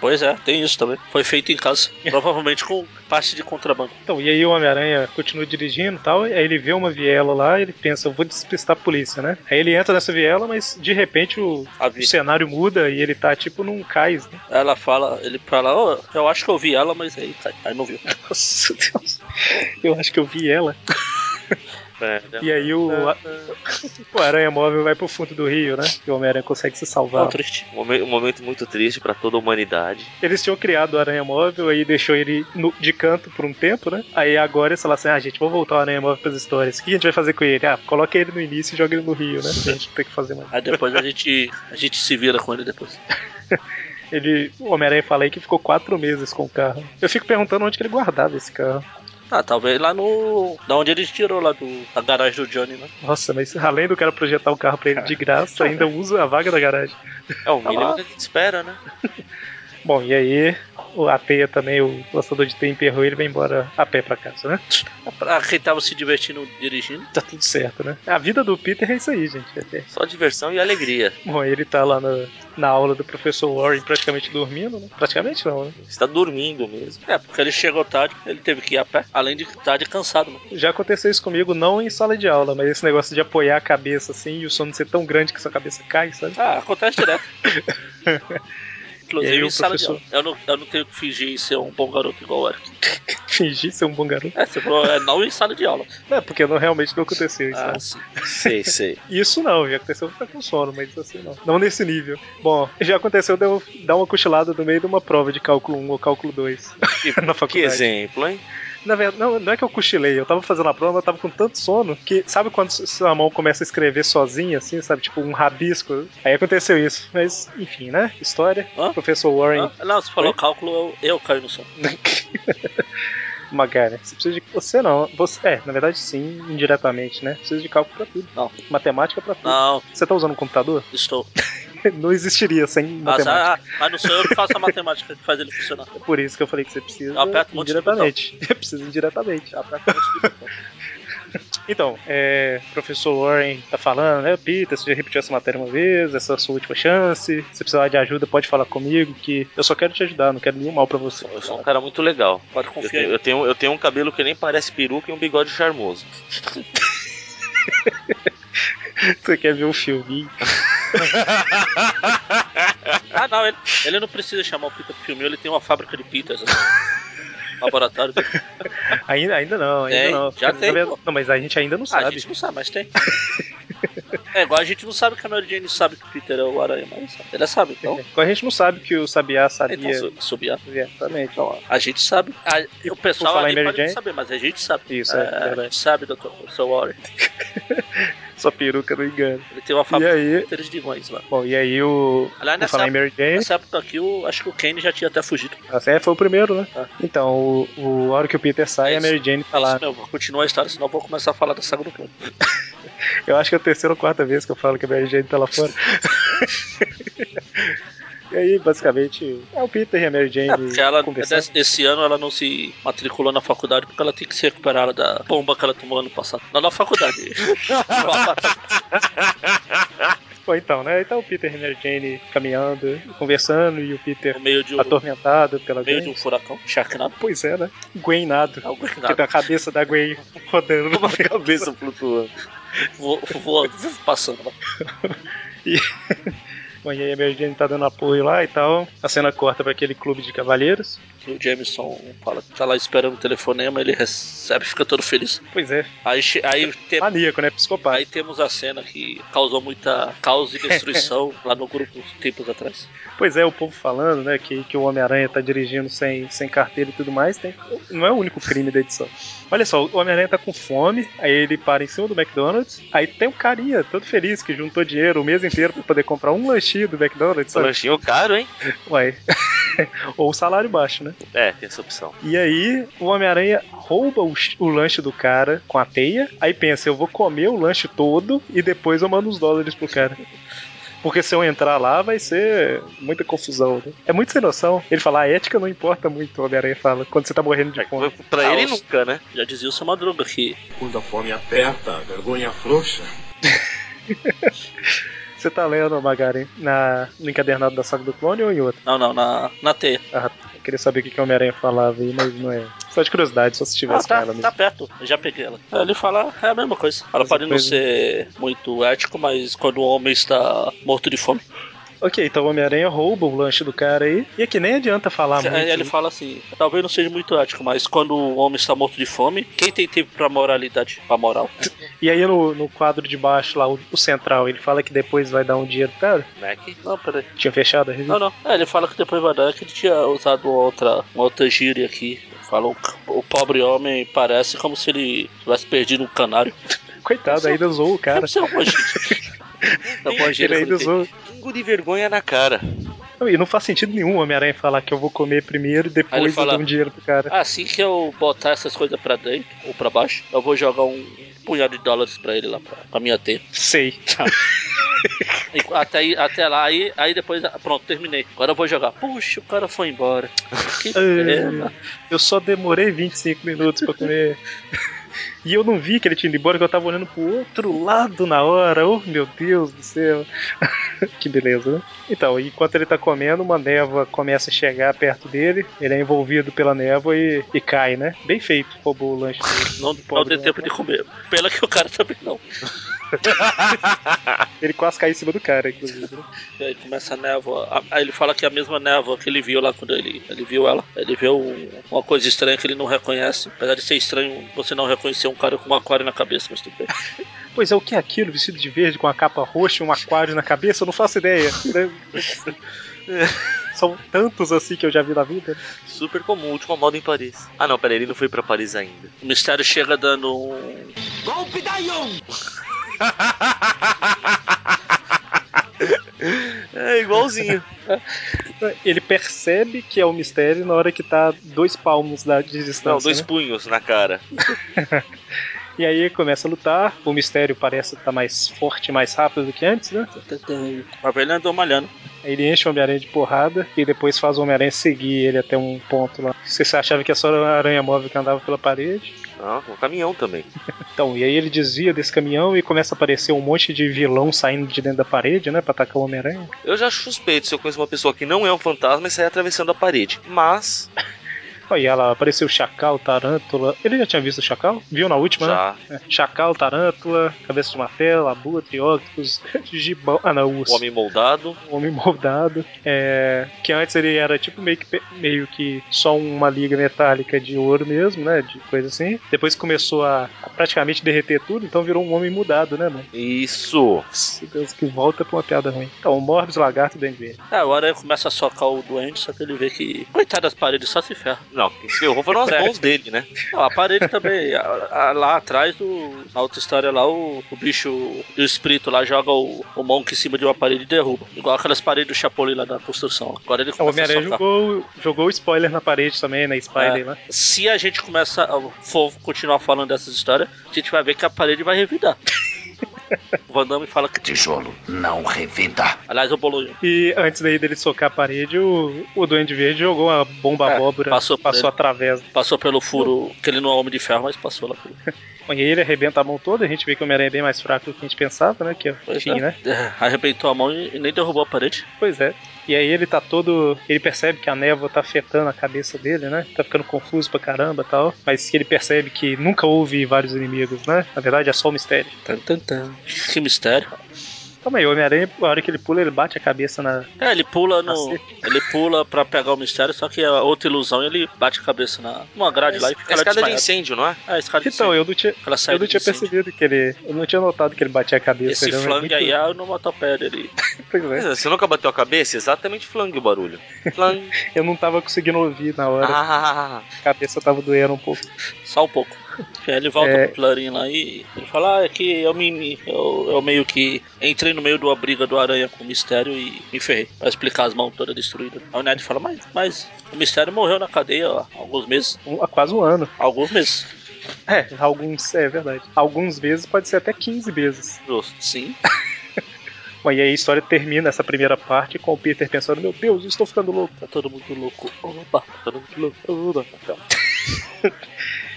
C: Pois é, tem isso também. Foi feito em casa, provavelmente com parte de contrabando.
A: Então, e aí o Homem-Aranha continua dirigindo e tal, e aí ele vê uma viela lá e ele pensa, eu vou despistar a polícia, né? Aí ele entra nessa viela, mas de repente o,
C: A
A: o
C: vida.
A: cenário muda e ele tá tipo num cais, né?
C: Ela fala, ele fala, "Ô, eu acho que eu vi ela, mas aí, cai." aí não viu.
A: Nossa, [LAUGHS] Deus. Eu acho que eu vi ela.
B: É, né?
A: E aí o, o Aranha Móvel vai pro fundo do rio, né? E o Homem-Aranha consegue se
C: Não,
A: salvar.
C: triste.
B: Um momen- um momento muito triste pra toda a humanidade.
A: Eles tinham criado o Aranha Móvel, aí deixou ele no- de canto por um tempo, né? Aí agora eles falaram assim: ah, gente, vamos voltar o Aranha Móvel pras histórias. O que a gente vai fazer com ele? Ah, coloca ele no início e joga ele no rio, né? A gente não tem que fazer mais.
C: Aí depois a gente, a gente se vira com ele depois.
A: Ele, o Homem-Aranha fala aí que ficou quatro meses com o carro. Eu fico perguntando onde que ele guardava esse carro.
C: Ah, talvez lá no. Da onde ele tirou lá do. Da garagem do Johnny, né?
A: Nossa, mas além do cara projetar um carro pra ele de graça, ainda usa a vaga da garagem.
B: É o
C: Tá
B: mínimo
C: lá.
B: que a gente espera, né?
A: Bom, e aí o- a teia também, o lançador de teia emperrou ele e vai embora a pé pra casa, né? [LAUGHS]
C: É Pra quem tava se divertindo dirigindo.
A: Tá tudo certo, né? A vida do Peter é isso aí, gente. [LAUGHS] É-
B: Só diversão e alegria.
A: Bom, ele tá lá na, na aula do professor Warren praticamente dormindo, né? Praticamente não, né?
B: Você tá dormindo mesmo.
C: É, porque ele chegou tarde, ele teve que ir a pé. Além de tarde cansado, né?
A: Já aconteceu isso comigo, não em sala de aula, mas esse negócio de apoiar a cabeça assim e o sono ser tão grande que sua cabeça cai, sabe? [LAUGHS]
C: Ah, acontece direto.
A: E aí,
C: Inclusive
A: o
C: em sala de aula.
A: professor?
C: Eu não, eu não tenho que fingir em ser um bom garoto igual o Eric.
A: Fingir ser um bom garoto.
C: É, você falou, é não em sala de aula.
A: Não, porque não, realmente não aconteceu isso. né?
C: Ah, sim.
B: Sei, sei.
A: Isso não, já aconteceu ficar com sono, mas assim não. Não nesse nível. Bom, já aconteceu de eu dar uma cochilada no meio de uma prova de cálculo 1 ou cálculo 2 [LAUGHS] na
B: Que
A: faculdade.
B: exemplo, hein?
A: Na verdade, não, não é que eu cochilei, eu tava fazendo a prova, eu tava com tanto sono que, sabe quando sua mão começa a escrever sozinha, assim, sabe? Tipo um rabisco. Aí aconteceu isso. Mas, enfim, né? História.
C: Hã?
A: Professor Warren [LAUGHS]
C: Ah, não, você falou
A: Oi?
C: cálculo, eu, eu caio no sono.
A: Magari. Você precisa de. Você não. Você. É, na verdade, sim, indiretamente, né? Precisa de cálculo pra tudo.
C: Não.
A: Matemática pra tudo.
C: Não,
A: Você tá usando um computador?
C: estou.
A: Não existiria sem
C: Ah,
A: matemática.
C: ah, ah, não sou eu que faço a matemática que faz ele funcionar.
A: É por isso que eu falei que você precisa
C: Eu aperto um monte de
A: indiretamente. [LAUGHS] precisa indiretamente. Ah,
C: Ah,
A: Então, é, professor Warren tá falando, né? Peter, você já repetiu essa matéria uma vez, essa é a sua última chance. Se precisar de ajuda, pode falar comigo, que eu só quero te ajudar, não quero nenhum mal pra você.
B: Eu sou um cara muito legal.
C: Pode
B: Eu
C: confiar.
B: tenho, eu, tenho, eu tenho um cabelo que nem parece peruca e um bigode charmoso.
A: [LAUGHS] Você quer ver um filminho?
C: Ah, não, ele, ele não precisa chamar o Peter pro filme, ele tem uma fábrica de pitas. Assim. Laboratório.
A: Ainda, ainda não, ainda
C: Tem,
A: não.
C: já
A: Na
C: tem,
A: verdade-
C: pô.
A: Não, mas a gente ainda não
C: Ah, a
A: sabe.
C: gente não sabe, mas tem. [LAUGHS] É igual a gente não sabe que a Mary Jane sabe que o Peter é o aranha, mas sabe. ela sabe, então.
A: É, A gente não sabe que o Sabiá sabia.
C: Então, su- subir.
A: Exatamente.
C: Então, a gente sabe. A- o pessoal
A: falar
C: ali
A: em Mary
C: pode
A: Jane?
C: não saber, mas a gente sabe.
A: Isso, é,
C: a
A: verdade.
C: gente sabe, doutor. Professor Warren.
A: Sua peruca não engana.
C: Ele tem uma
A: E
C: fábrica
A: aí,
C: de píteras de vilões lá.
A: bom, e aí o.
C: Aliás,
A: Vou
C: nessa
A: falar em
C: época,
A: Mary Jane.
C: nessa época aqui, eu acho que o Kane já tinha até fugido.
A: Até foi o primeiro, né?
C: Ah.
A: Então, o, o a hora que o Peter sai,
C: É
A: a Mary Jane tá lá.
C: Isso mesmo, continua a história, senão eu vou começar a falar da saga do clone.
A: Eu acho que é a terceira ou quarta vez que eu falo que a Mary Jane tá lá fora. [LAUGHS] e aí, basicamente, é o Peter e a Mary Jane
C: É, porque ela,
A: conversando.
C: des- esse ano ela não se matriculou na faculdade porque ela tem que se recuperar da bomba que ela tomou ano passado. Não na faculdade. No apartamento.
A: Bom, então, né? Então o Peter e a Mary Jane caminhando, conversando, e o Peter
C: no
A: [LAUGHS]
C: meio de um, no
A: atormentado pela
C: meio
A: Gwen.
C: de um furacão, Sharknado.
A: Pois é, né? Gwenado.
C: Não, Sharknado.
A: Porque
C: [LAUGHS]
A: tem a cabeça da Gwen rodando no
B: Uma cabeça flutuando.
C: Vou, vou, vou passando lá.
A: Bom, e aí a Mary Jane tá dando apoio lá e tal. A cena corta pra aquele clube de cavaleiros.
C: Que o Jameson fala, tá lá esperando o telefonema, ele recebe, fica todo feliz.
A: Pois é,
C: Aí, che- aí, tem-
A: maníaco, né? Psicopata.
C: aí temos a cena que causou muita caos e
A: [LAUGHS]
C: destruição lá no grupo uns tempos atrás.
A: Pois é, o povo falando, né? Que, que o Homem-Aranha tá dirigindo sem, sem carteira e tudo mais. Tem, não é o único crime da edição. Olha só, o Homem-Aranha tá com fome. Aí ele para em cima do McDonald's. Aí tem um carinha todo feliz que juntou dinheiro o mês inteiro pra poder comprar um lanchinho do McDonald's.
B: Esse
A: Sabe?
B: lanchinho caro, hein?
A: Ué. [LAUGHS] Ou o salário baixo, né?
B: É, tem essa opção.
A: E aí, o Homem-Aranha rouba o, ch- o lanche do cara com a teia. Aí pensa, eu vou comer o lanche todo e depois eu mando os dólares pro cara. Porque se eu entrar lá, vai ser muita confusão. Né? É muito sem noção. Ele fala, a ética não importa muito, o Homem-Aranha fala, quando você tá morrendo
B: É,
A: de fome.
B: Pra
C: Ah,
B: ele
C: os-
B: nunca, né?
C: Já dizia o seu Madruga que
E: Quando a fome aperta, a vergonha afrouxa.
A: Você tá lendo, Magaren, na, no encadernado da saga do clone ou em outro?
C: Não, não, na, na teia.
A: Ah, eu queria saber o que, que o Homem-Aranha falava aí, mas não é. Só de curiosidade, só se
C: Ah,
A: tivesse com
C: tá,
B: né?
A: ela mesmo.
C: tá perto, eu já peguei ela. Ele fala, é a mesma coisa. Ela
A: Mesma
C: pode não
A: coisa.
C: ser muito ético, mas quando o homem está morto de fome.
A: Ok, então o Homem-Aranha rouba o lanche do cara aí. E aqui nem adianta falar
C: Aí
A: muito.
C: ele
A: né?
C: fala assim, talvez não seja muito ético, mas quando o homem está morto de fome, quem tem tempo pra moralidade, pra moral?
A: E aí no, no quadro de baixo lá, o, o central, ele fala que depois vai dar um dinheiro pro cara?
B: Mac.
C: Não, peraí.
A: Tinha fechado a revista?
C: Não, não. É, ele fala que depois vai dar que ele tinha usado uma outra, uma outra gíria aqui. Falou o pobre homem parece como se ele tivesse perdido um canário.
A: Coitado, ainda zoou o cara. [LAUGHS]
C: Deve ser uma gíria. É uma gíria
A: Ele
C: que
A: ainda
C: ele tem.
A: zoou.
B: Pingo de vergonha na cara.
A: Não, E não faz sentido nenhum o Homem-Aranha falar que eu vou comer primeiro e
C: Aí ele
A: depois
C: fala-
A: eu dou um dinheiro pro cara.
C: Assim que eu botar essas coisas pra dentro ou pra baixo, eu vou jogar um punhado de dólares pra ele lá pra, pra minha ter.
A: Sei.
C: E Até, aí- até lá, aí, aí depois, pronto, terminei. Agora eu vou jogar. Puxa, o cara foi embora.
A: [LAUGHS] É.
C: Que pena.
A: Eu só demorei 25 minutos pra comer. [LAUGHS] E eu não vi que ele tinha ido embora, que eu tava olhando pro outro lado na hora. Oh, meu Deus do céu. [LAUGHS] que beleza, né? Então, enquanto ele tá comendo, uma névoa começa a chegar perto dele. Ele é envolvido pela névoa e, e cai, né? Bem feito, roubou o lanche dele.
C: Não,
A: do
C: não
A: pobre
C: deu tempo de comer. Pena que o cara também não.
A: Ele quase caiu em cima do cara, inclusive. né?
C: E aí começa a névoa. A- Aí ele fala que é a mesma névoa que ele viu lá quando ele, ele viu ela. Ele vê um- uma coisa estranha que ele não reconhece. Apesar de ser estranho você não reconhecer um cara com um aquário na cabeça, mas tudo bem.
A: Pois é, o que é aquilo? Vestido de verde com a capa roxa e um aquário na cabeça? Eu não faço ideia. né? [LAUGHS] São tantos assim que eu já vi na vida.
B: Super comum, última moda em Paris. Ah não, pera, ele não foi pra Paris ainda.
C: O mistério chega dando um.
B: É igualzinho.
A: Ele percebe que é um mistério na hora que tá dois palmos da, de distância.
B: [LAUGHS] Não, dois
A: né?
B: punhos na cara.
A: E aí ele começa a lutar. O mistério parece estar mais forte, mais rápido do que antes, né?
C: A velha andou malhando.
A: Aí ele enche o Homem-Aranha de porrada e depois faz o Homem-Aranha seguir ele até um ponto lá. Você achava que é só a aranha móvel que andava pela parede?
B: Ah, com caminhão também.
A: Então, e aí ele desvia desse caminhão e começa a aparecer um monte de vilão saindo de dentro da parede, né? Pra atacar o Homem-Aranha.
B: Eu já acho suspeito se eu conheço uma pessoa que não é um fantasma e sai atravessando a parede. Mas,
A: Aí ela apareceu o Chacal, Tarântula. Ele já tinha visto o Chacal? Viu na última, né?
B: já,
A: É, Chacal, tarântula, cabeça de martelo, abutre, óculos, [LAUGHS] gibão. Ah, não,
B: o
A: urso.
B: homem moldado.
A: Homem moldado. É, que antes ele era tipo meio que, pe- meio que só uma liga metálica de ouro mesmo, né? De coisa assim. Depois começou a, a praticamente derreter tudo, então virou um homem mudado, né, mano?
B: Isso.
A: Meu Deus, que volta pra uma piada ruim. Então, o Morbius, Lagarto e Dente Verde.
C: É, agora ele começa a socar o doente, só que ele vê que. Coitado das paredes, só se ferra.
B: Não, quem se ferrou foram as mãos dele, né?
C: Não, a parede também. a- a- lá atrás, do, na outra história lá, o, o bicho, o espírito lá joga o, o Monk em cima de uma parede e derruba. Igual aquelas paredes do Chapolin lá da construção. Agora ele
A: É O
C: começa a
A: Homem-Aranha
C: socar.
A: jogou, jogou o spoiler na parede também, na Spider, né?
C: É, Se a gente começa a for continuar falando dessas histórias, a gente vai ver que a parede
A: [LAUGHS]
C: vai revidar. o Van Damme fala que.
F: Tijolo não revida.
C: Aliás, o Bolonha.
A: E antes daí dele socar a parede, o, o Duende Verde jogou uma bomba
C: É,
A: abóbora,
C: passou
A: passou,
C: por ele.
A: através.
C: Passou pelo furo, que ele não é homem de ferro, mas passou lá pelo.
A: E aí ele arrebenta a mão toda, a gente vê que o Homem-Aranha é bem mais fraco do que a gente pensava, né? Que é o
C: Pois
A: fim,
C: é.
A: né?
C: Arrebentou a mão e, e nem derrubou a parede.
A: Pois é. E aí ele tá todo. Ele percebe que a névoa tá afetando a cabeça dele, né? Tá ficando confuso pra caramba e tal. Mas que ele percebe que nunca houve vários inimigos, né? Na verdade é só um mistério.
C: Tan, tan, tan. Que mistério.
A: Calma aí, o Homem-Aranha, a hora que ele pula, ele bate a cabeça na.
C: É, ele pula no.
B: Assim.
A: Cacete.
C: Ele pula pra pegar o mistério, só que é outra ilusão e ele bate a cabeça na, numa grade lá e fica
B: A
C: lá
B: escada de
C: desmaiado.
B: incêndio, não é?
C: É, a escada de
A: Então,
C: incêndio.
A: eu não tinha.
C: Aquela saída
A: Eu não tinha
C: de incêndio.
A: percebido que ele. Eu não tinha notado que ele batia a cabeça.
C: Esse
A: ele era
C: flangue
A: muito-
C: aí é no motopeia dele.
A: [LAUGHS] Pois é.
B: Mas Você nunca bateu a cabeça? Exatamente flangue o barulho.
C: [LAUGHS]
B: Flangue.
A: Eu não tava conseguindo ouvir na hora.
B: Ah, [LAUGHS]
A: A cabeça tava doendo um pouco.
C: Só um pouco. Aí ele volta
A: É.
C: pro Florin lá e ele fala: Ah, é que eu me. me- Eu, eu meio que entrei no meio de uma briga do Aranha com o Mistério e me ferrei. Pra explicar as mãos todas destruídas. Aí o Ned fala: Mas, mas o Mistério morreu na cadeia ó, há alguns meses.
A: Um- há quase um ano.
C: Alguns meses.
A: É, alguns. É verdade. Alguns meses pode ser até 15 vezes.
B: justo.
C: Sim.
A: Bom, e aí a história termina essa primeira parte com o Peter pensando: Meu Deus, eu estou ficando louco.
C: Tá todo mundo louco. Opa, tá
B: Todo mundo louco. Então,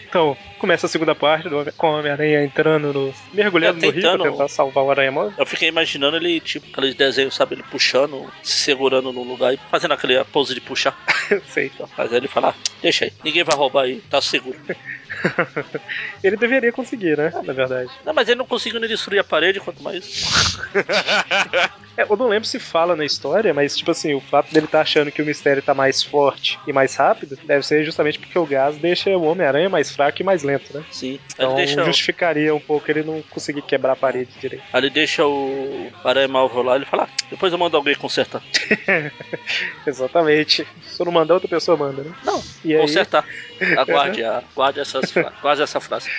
A: Então, começa a segunda parte do Homem- com o Homem-Aranha entrando no. mergulhando
C: É,
A: no rio pra
C: tentando-
A: tentar salvar o Aranha [LAUGHS] Móvel.
C: Eu fiquei imaginando ele, tipo, aqueles desenhos, sabe? Ele puxando, se segurando num lugar e fazendo aquele pose de puxar.
A: Sei.
C: Mas aí ele fala, ah, deixa aí, ninguém vai roubar aí, tá seguro.
A: Ele deveria conseguir, né? Na verdade.
C: Não, mas ele não conseguiu nem destruir a parede, quanto mais.
A: É, eu não lembro se fala na história, mas, tipo assim, o fato dele tá achando que o mistério tá mais forte e mais rápido deve ser justamente porque o gás deixa o Homem-Aranha mais fraco e mais lento, né?
C: Sim. Aí
A: Então
C: ele deixa, o-
A: justificaria um pouco ele não conseguir quebrar a parede direito.
C: aí ele deixa o Aranha Malvo lá, ele fala, ah, depois eu mando alguém consertar.
A: Exatamente. Se eu não mandar, outra pessoa manda, né?
C: Não,
A: E aí, [LAUGHS]
C: consertar. Aguarde, aguarde essas fra- aguarde essa frase.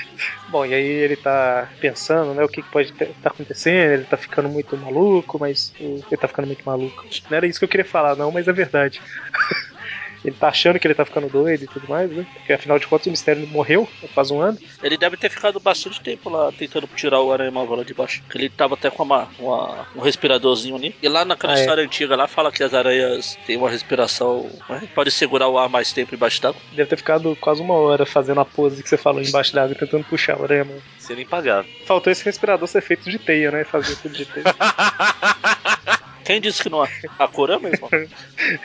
A: Bom, e aí ele tá pensando, né, o que, que pode estar acontecendo, ele tá ficando tá muito maluco, mas isso. Ele tá ficando muito maluco. Não era isso que eu queria falar, não, mas é verdade. [LAUGHS] Ele tá achando que ele tá ficando doido e tudo mais, né? Porque afinal de contas o mistério morreu há quase um ano.
C: Ele deve ter ficado bastante tempo lá tentando tirar o aranha malvado lá de baixo. Porque ele tava até com uma, uma- um respiradorzinho ali. E lá naquela
A: Ah, é.
C: história antiga lá fala que as aranhas têm uma respiração. Né? Pode segurar o ar mais tempo embaixo d'água.
A: Deve ter ficado quase uma hora fazendo a pose que você falou embaixo d'água, tentando puxar o aranha. mano.
B: Sendo impagável.
A: Faltou esse respirador ser feito de teia, né? Fazer tudo de teia.
C: Quem disse que não é? A cor
A: [LAUGHS]
C: é mesmo.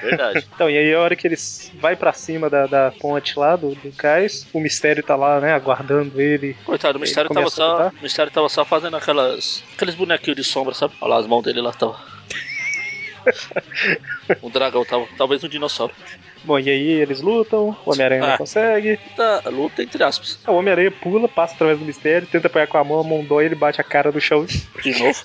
B: Verdade.
A: Então, e aí a hora que ele s- vai pra cima da, da ponte lá, do, do cais, o mistério tá lá, né, aguardando ele.
C: Coitado, o
A: Ele
C: mistério tava
A: começa a
C: só.
A: lutar?
C: O mistério tava só fazendo aquelas. aqueles bonequinhos de sombra, sabe? Olha lá as mãos dele
A: [LAUGHS]
C: lá tava. um dragão, tal- talvez um dinossauro.
A: Bom, e aí eles lutam, o Homem-Aranha
C: Ah.
A: não consegue.
C: Tá, luta entre aspas.
A: O Homem-Aranha pula, passa através do mistério, tenta apanhar com a mão, a mão dói, ele bate a cara no chão.
C: De novo.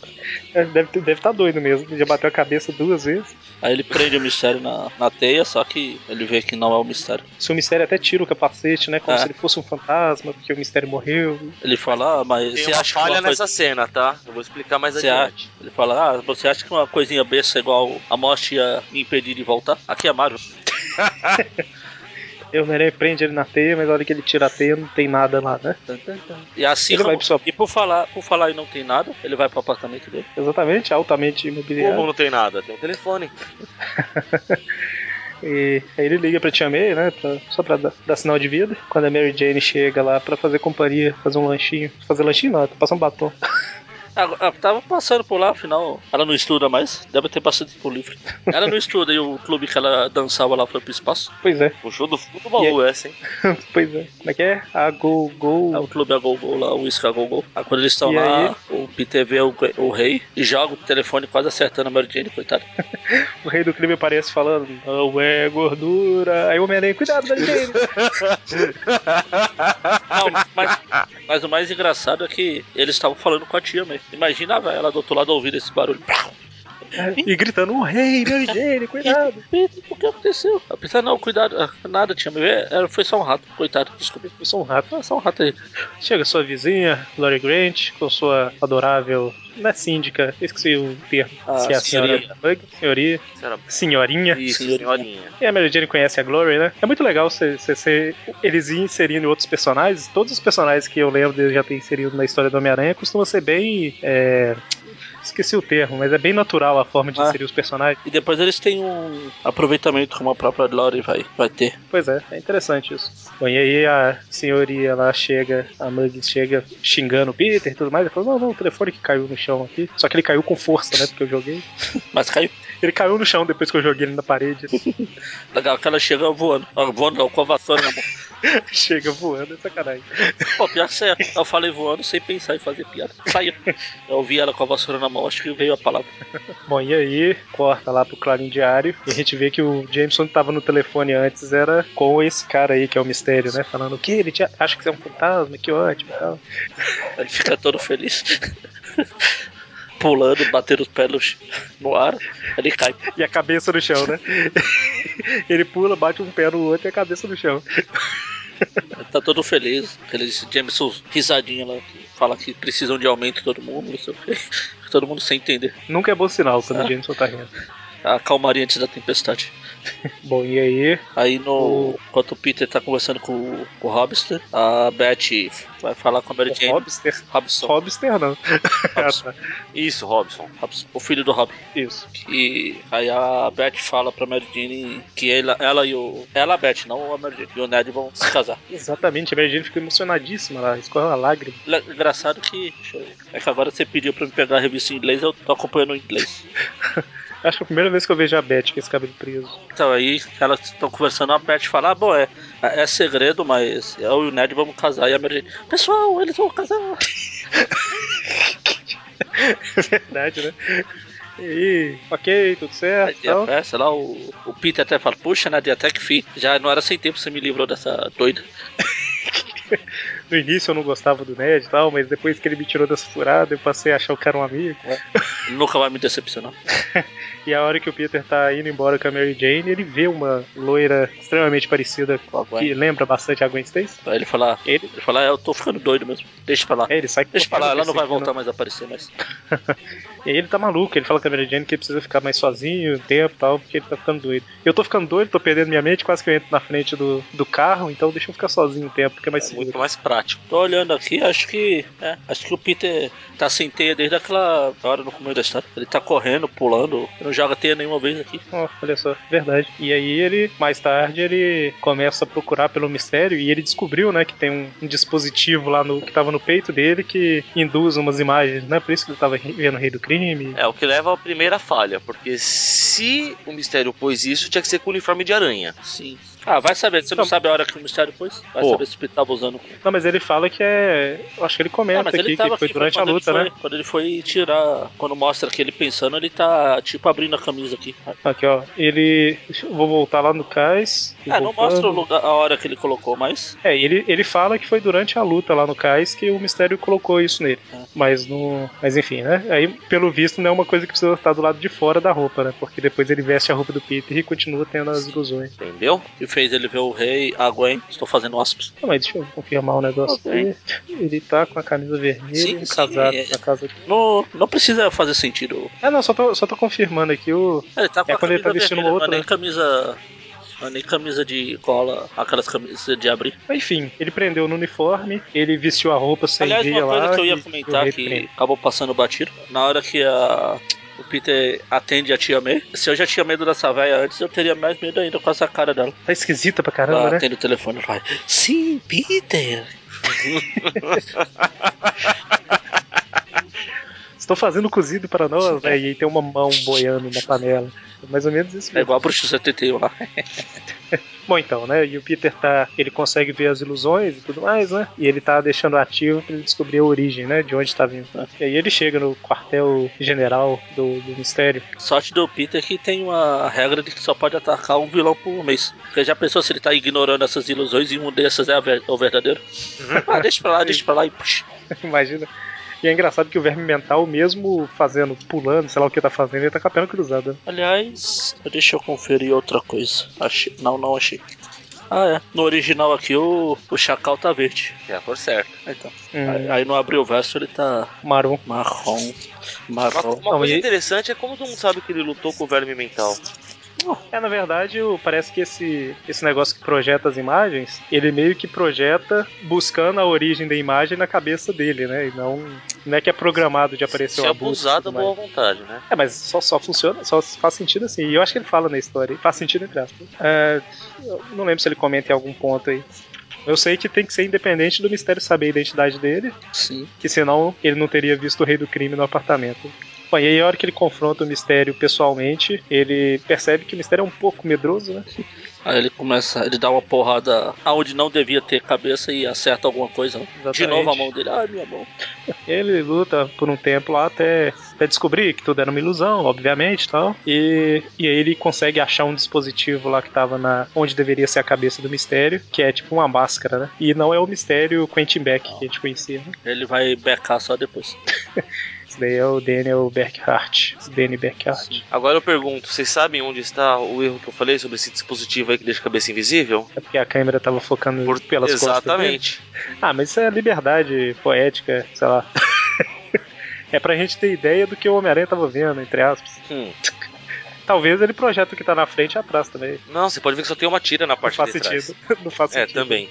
A: É, Deve estar deve tá doido mesmo, ele já bateu a cabeça duas vezes.
C: Aí ele prende o mistério na, na teia, só que ele vê que não é o mistério.
A: Se o mistério até tira o capacete, né, como
C: Ah.
A: se ele fosse um fantasma, porque o mistério morreu.
C: Ele fala, ah, mas
B: Tem
C: você
B: uma
C: acha que
B: falha
C: uma coisa...
B: nessa cena, tá? Eu vou explicar mais
C: Você
B: adiante.
C: Ele fala, ah, você acha que uma coisinha besta igual a morte ia me impedir de voltar? Aqui é Marvel.
A: E o Homem-Aranha prende ele na teia, mas a hora que ele tira a teia, não tem nada lá, né?
C: E assim
A: Ele
C: como-
A: vai pro seu-
C: E por falar, por falar e não tem nada, ele vai pro apartamento dele.
A: Exatamente, altamente imobiliário.
B: Como não tem nada? Tem um telefone.
A: E aí ele liga pra Tia May, né? pra- só pra dar, dar sinal de vida. Quando a Mary Jane chega lá pra fazer companhia, fazer um lanchinho. Fazer lanchinho não, ela tá passando batom. [LAUGHS]
C: Ah, ah, tava passando por lá, afinal, ela não estuda mais, deve ter passado por livre. Ela não estuda e o clube que ela dançava lá foi pro espaço.
A: Pois é, [LAUGHS]
B: Puxou do fundo do baú essa, hein?
A: pois é. Como é que é? A Go Go.
C: É o clube a Gol Gol lá, o Isca a Gol Gol. Aí quando eles estão
A: E
C: lá, o Peter vê é o, o rei e joga o telefone quase acertando a Mary Jane, coitado.
A: O rei do crime aparece falando: Não é gordura. Aí o Homem-Aranha, cuidado, Mary Jane. [LAUGHS]
C: Não, mas, mas o mais engraçado é que eles estavam falando com a tia mesmo. Imaginava ela do outro lado ouvindo esse barulho.
A: e gritando: O rei, Mary Jane, cuidado.
C: Peter, o que aconteceu? Eu pensei, não, cuidado, ah, nada, tia, mas é- era- foi só um rato, coitado, desculpa.
A: [LAUGHS] Eu sou um rato.
C: Foi só um rato aí.
A: Chega sua vizinha, Lori Grant, com sua adorável. Não é síndica, eu esqueci o termo.
C: Ah,
A: Se é a
B: senhoria.
A: senhora Bug, senhoria,
C: [LAUGHS]
B: Será?
A: senhorinha.
B: Isso,
C: Senhorinha.
B: senhorinha.
A: E a Mary Jane conhece a Glory, né? É muito legal você- você- você- eles ir inserindo outros personagens. Todos os personagens que eu lembro de já ter inserido na história do Homem-Aranha costumam ser bem. é, Esqueci o termo, mas é bem natural a forma de
C: Ah.
A: inserir os personagens.
C: E depois eles têm um aproveitamento como a própria Lori vai, vai ter.
A: Pois é, é interessante isso. Bom, e aí a senhoria lá chega, a Muggins chega xingando o Peter e tudo mais. Ele fala: Não, não, o telefone que caiu no chão aqui. Só que ele caiu com força, né? Porque eu joguei.
C: Mas caiu.
A: Ele caiu no chão depois que eu joguei ele na parede. [LAUGHS] assim.
C: Legal que ela chega voando. Ó, Voando não, com a vassoura na mão.
A: chega voando, é sacanagem.
C: Pô, pior que certo. Eu falei voando sem pensar em fazer piada. Saiu. Eu ouvi ela com a vassoura na mão, acho que veio a palavra.
A: Bom, e aí, corta lá pro Clarim Diário e a gente vê que o Jameson que tava no telefone antes era com esse cara aí, que é o mistério, né? Falando que ele te acha que você é um fantasma, que ótimo e tal.
C: Ele fica todo feliz. [LAUGHS] Pulando, bater os pés no ch- no ar, ele cai.
A: E a cabeça no chão, né? [LAUGHS] ele pula, bate um pé no outro e a cabeça no chão.
C: Ele tá todo feliz. Aqueles Jameson risadinha lá, que fala que precisam de aumento todo mundo, não sei o quê. [LAUGHS] Todo mundo sem entender.
A: Nunca é bom sinal quando o Jameson tá rindo.
C: A calmaria antes da tempestade.
A: Bom, e aí,
C: Aí no. Enquanto o Peter tá conversando com, o- com o Robster, a Beth vai falar com a Mary
A: o
C: Jane.
A: Robster.
C: Robson.
A: Robster não.
C: Robson.
A: Ah, tá.
B: Isso, Robson.
C: Robson. O filho do Rob.
A: Isso.
C: E aí a Beth fala pra Mary Jane que ela, ela e o. Ela, a Beth, não a Mary Jane, e o Ned vão se casar.
A: Exatamente, a Mary Jane fica emocionadíssima lá, escorre uma lágrima.
C: Le- Engraçado que. deixa eu- É que agora você pediu pra me pegar a revista em inglês, eu tô acompanhando em inglês.
A: Acho que é a primeira vez que eu vejo a Beth com esse cabelo preso. [LAUGHS]
C: Então aí elas estão conversando, a Beth fala, ah, bom, é, é segredo, mas eu e o Ned vamos casar. E a Mary Jane, pessoal, eles vão casar.
A: Verdade, né? E aí, ok, tudo
C: Aí
A: certo. então.
C: tem a
A: tal.
C: festa lá, o, o Peter até fala, puxa, Ned, até que fim. Já não era sem tempo, você me livrou dessa doida.
A: No início eu não gostava do Ned e tal, mas depois que ele me tirou dessa furada, eu passei a achar o cara um amigo.
C: Ele nunca vai me decepcionar.
A: E a hora que o Peter tá indo embora com a Mary Jane, ele vê uma loira extremamente parecida,
C: Com a Gwen.
A: que lembra bastante a Gwen Stacy.
C: Aí ele fala,
A: Ele,
C: ele fala, é, eu tô ficando doido mesmo, deixa pra lá.
A: é, ele sai
C: Deixa eu falar, ela não vai
A: perseguindo.
C: voltar mais a aparecer, mas.
A: E aí ele tá maluco, ele fala com a Mary Jane que ele precisa ficar mais sozinho um tempo e tal, porque ele tá ficando doido. Eu tô ficando doido, tô perdendo minha mente, quase que eu entro na frente do, do carro, então deixa eu ficar sozinho um tempo, porque é mais seguro.
B: Muito mais prático.
C: Tô olhando aqui, acho que. é, acho que o Peter tá sem teia desde aquela hora no começo da história. Ele tá correndo, pulando. Ele não joga teia nenhuma vez aqui.
A: Ó, Ah, olha só, verdade. E aí ele, mais tarde, ele começa a procurar pelo mistério e ele descobriu, né, que tem um, um dispositivo lá no que tava no peito dele que induz umas imagens, né? Por isso que ele tava re- vendo o rei do crime.
B: É, o que leva à primeira falha, porque se o mistério pôs isso, tinha que ser com o uniforme de aranha.
C: Sim. Ah, vai saber. Você não
A: Tá.
C: sabe a hora que o mistério pôs? Vai
B: Pô.
C: saber se o Peter tava usando.
A: Não, mas ele fala que é. eu Acho que ele
C: Ah,
A: comenta
C: mas
A: aqui
C: ele
A: que
C: tava
A: foi
C: aqui,
A: durante a
C: quando ele
A: luta,
C: foi-
A: né?
C: Quando ele foi tirar. Quando mostra que ele pensando, ele tá tipo abrindo a camisa aqui.
A: Aqui, ó. Ele. deixa eu- Vou voltar lá no cais.
C: Ah, não
A: Voltando.
C: mostra o lugar, a hora que ele colocou, mas.
A: É, ele, ele fala que foi durante a luta lá no cais que o mistério colocou isso nele.
C: Ah.
A: Mas no. Mas enfim, né? Aí, pelo visto, não é uma coisa que precisa estar do lado de fora da roupa, né? Porque depois ele veste a roupa do Peter e continua tendo as ilusões.
B: Entendeu?
C: Que fez ele ver o rei, a Gwen. Estou fazendo aspas.
A: Não, mas deixa eu confirmar o negócio
C: Ok.
A: aqui. Ele tá com a camisa vermelha
C: Sim,
A: e um
C: sim,
A: casaco
C: é.
A: na casa.
C: Não, não precisa fazer sentido.
A: Ah, não, só tô, só tô confirmando aqui o.
C: Ele tá com
A: É
C: a
A: quando ele
C: camisa
A: tá vestindo
C: vermelha,
A: uma outra,
C: não é
A: né?
C: nem camisa. Não é nem camisa de cola, aquelas camisas de abrir.
A: Enfim, ele prendeu no uniforme, ele vestiu a roupa sem
C: Aliás,
A: dia
C: uma coisa
A: lá.
C: que eu
A: e-
C: ia
A: e o
C: comentar
A: rei
C: que
A: prende.
C: acabou passando batido. Na hora que a- O Peter atende a tia May. Se eu já tinha medo dessa velha antes, eu teria mais medo ainda com essa cara dela.
A: Tá esquisita pra caramba,
C: Ela
A: né?
C: atende o telefone e fala: Sim, Peter!
A: Estão fazendo cozido para nós, né? E aí tem uma mão boiando na panela. É mais ou menos isso
C: É
A: mesmo.
C: igual a Bruxa 71 lá.
A: Bom, então, né? E o Peter tá. Ele consegue ver as ilusões e tudo mais, né? E ele tá deixando ativo pra ele descobrir a origem, né? De onde tá vindo. né? E aí ele chega no quartel general do, do mistério. [LAUGHS]
C: Sorte do Peter que tem uma regra de que só pode atacar um vilão por mês. Porque já pensou se ele tá ignorando essas ilusões e um dessas é a ver- o
A: [LAUGHS]
C: verdadeiro? ah, deixa pra lá, deixa pra lá e. Puxa.
A: Imagina. E é engraçado que o verme mental, mesmo fazendo, pulando, sei lá o que tá fazendo, ele tá com a perna cruzada. né?
C: Aliás, deixa eu conferir outra coisa. Achei. Não, não achei. Ah, é. No original aqui o, o Chacal tá verde.
B: É a cor certa.
C: Então,
A: Hum.
C: aí, aí no abrir o verso ele tá
A: Marum.
C: marrom.
B: Uma,
C: Marrom.
B: uma
A: Não,
B: coisa
A: e-
B: interessante é como todo mundo sabe que ele lutou com o verme mental.
A: É, na verdade, o- parece que esse, esse negócio que projeta as imagens, ele meio que projeta buscando a origem da imagem na cabeça dele, né? E não, não é que é programado de aparecer
B: Se é
A: o um abuso. e
B: abusado,
A: tudo
B: boa
A: mais.
B: vontade, né?
A: É, mas só, só funciona, só faz sentido assim. E eu acho que ele fala na história. Faz sentido entre aspas. É, eu não lembro se ele comenta em algum ponto aí. Eu sei que tem que ser independente do mistério saber a identidade dele,
C: Sim.
A: que senão ele não teria visto o rei do crime no apartamento. Bom, e aí a hora que ele confronta o mistério pessoalmente, ele percebe que o mistério é um pouco medroso, né?
C: Aí ele começa, ele dá uma porrada aonde não devia ter cabeça e acerta alguma coisa. né? De
A: Exatamente.
C: novo a mão dele. Ai, minha mão.
A: Ele luta por um tempo lá até, até descobrir que tudo era uma ilusão, obviamente, e tal. E, e aí ele consegue achar um dispositivo lá que tava na onde deveria ser a cabeça do mistério, que é tipo uma máscara, né? E não é o mistério Quentin Beck que a gente conhecia, né?
C: Ele vai becar só depois.
A: Esse daí é o Daniel Beckhart, Danny Beckhart.
B: Agora eu pergunto, vocês sabem onde está o erro que eu falei sobre esse dispositivo aí que deixa a cabeça invisível?
A: É porque a câmera tava focando
B: Por-
A: É, pelas costas dele.
B: Exatamente.
A: Ah, mas isso é liberdade poética, sei lá. [LAUGHS] é pra gente ter ideia do que o Homem-Aranha tava vendo, entre aspas.
B: Hum.
A: Talvez ele projeta o que tá na frente e atrás também.
B: Não, você pode ver que só tem uma tira na
A: Não
B: parte
A: faz
B: de trás.
A: sentido. [LAUGHS] Não faz
B: É,
A: sentido.
B: também.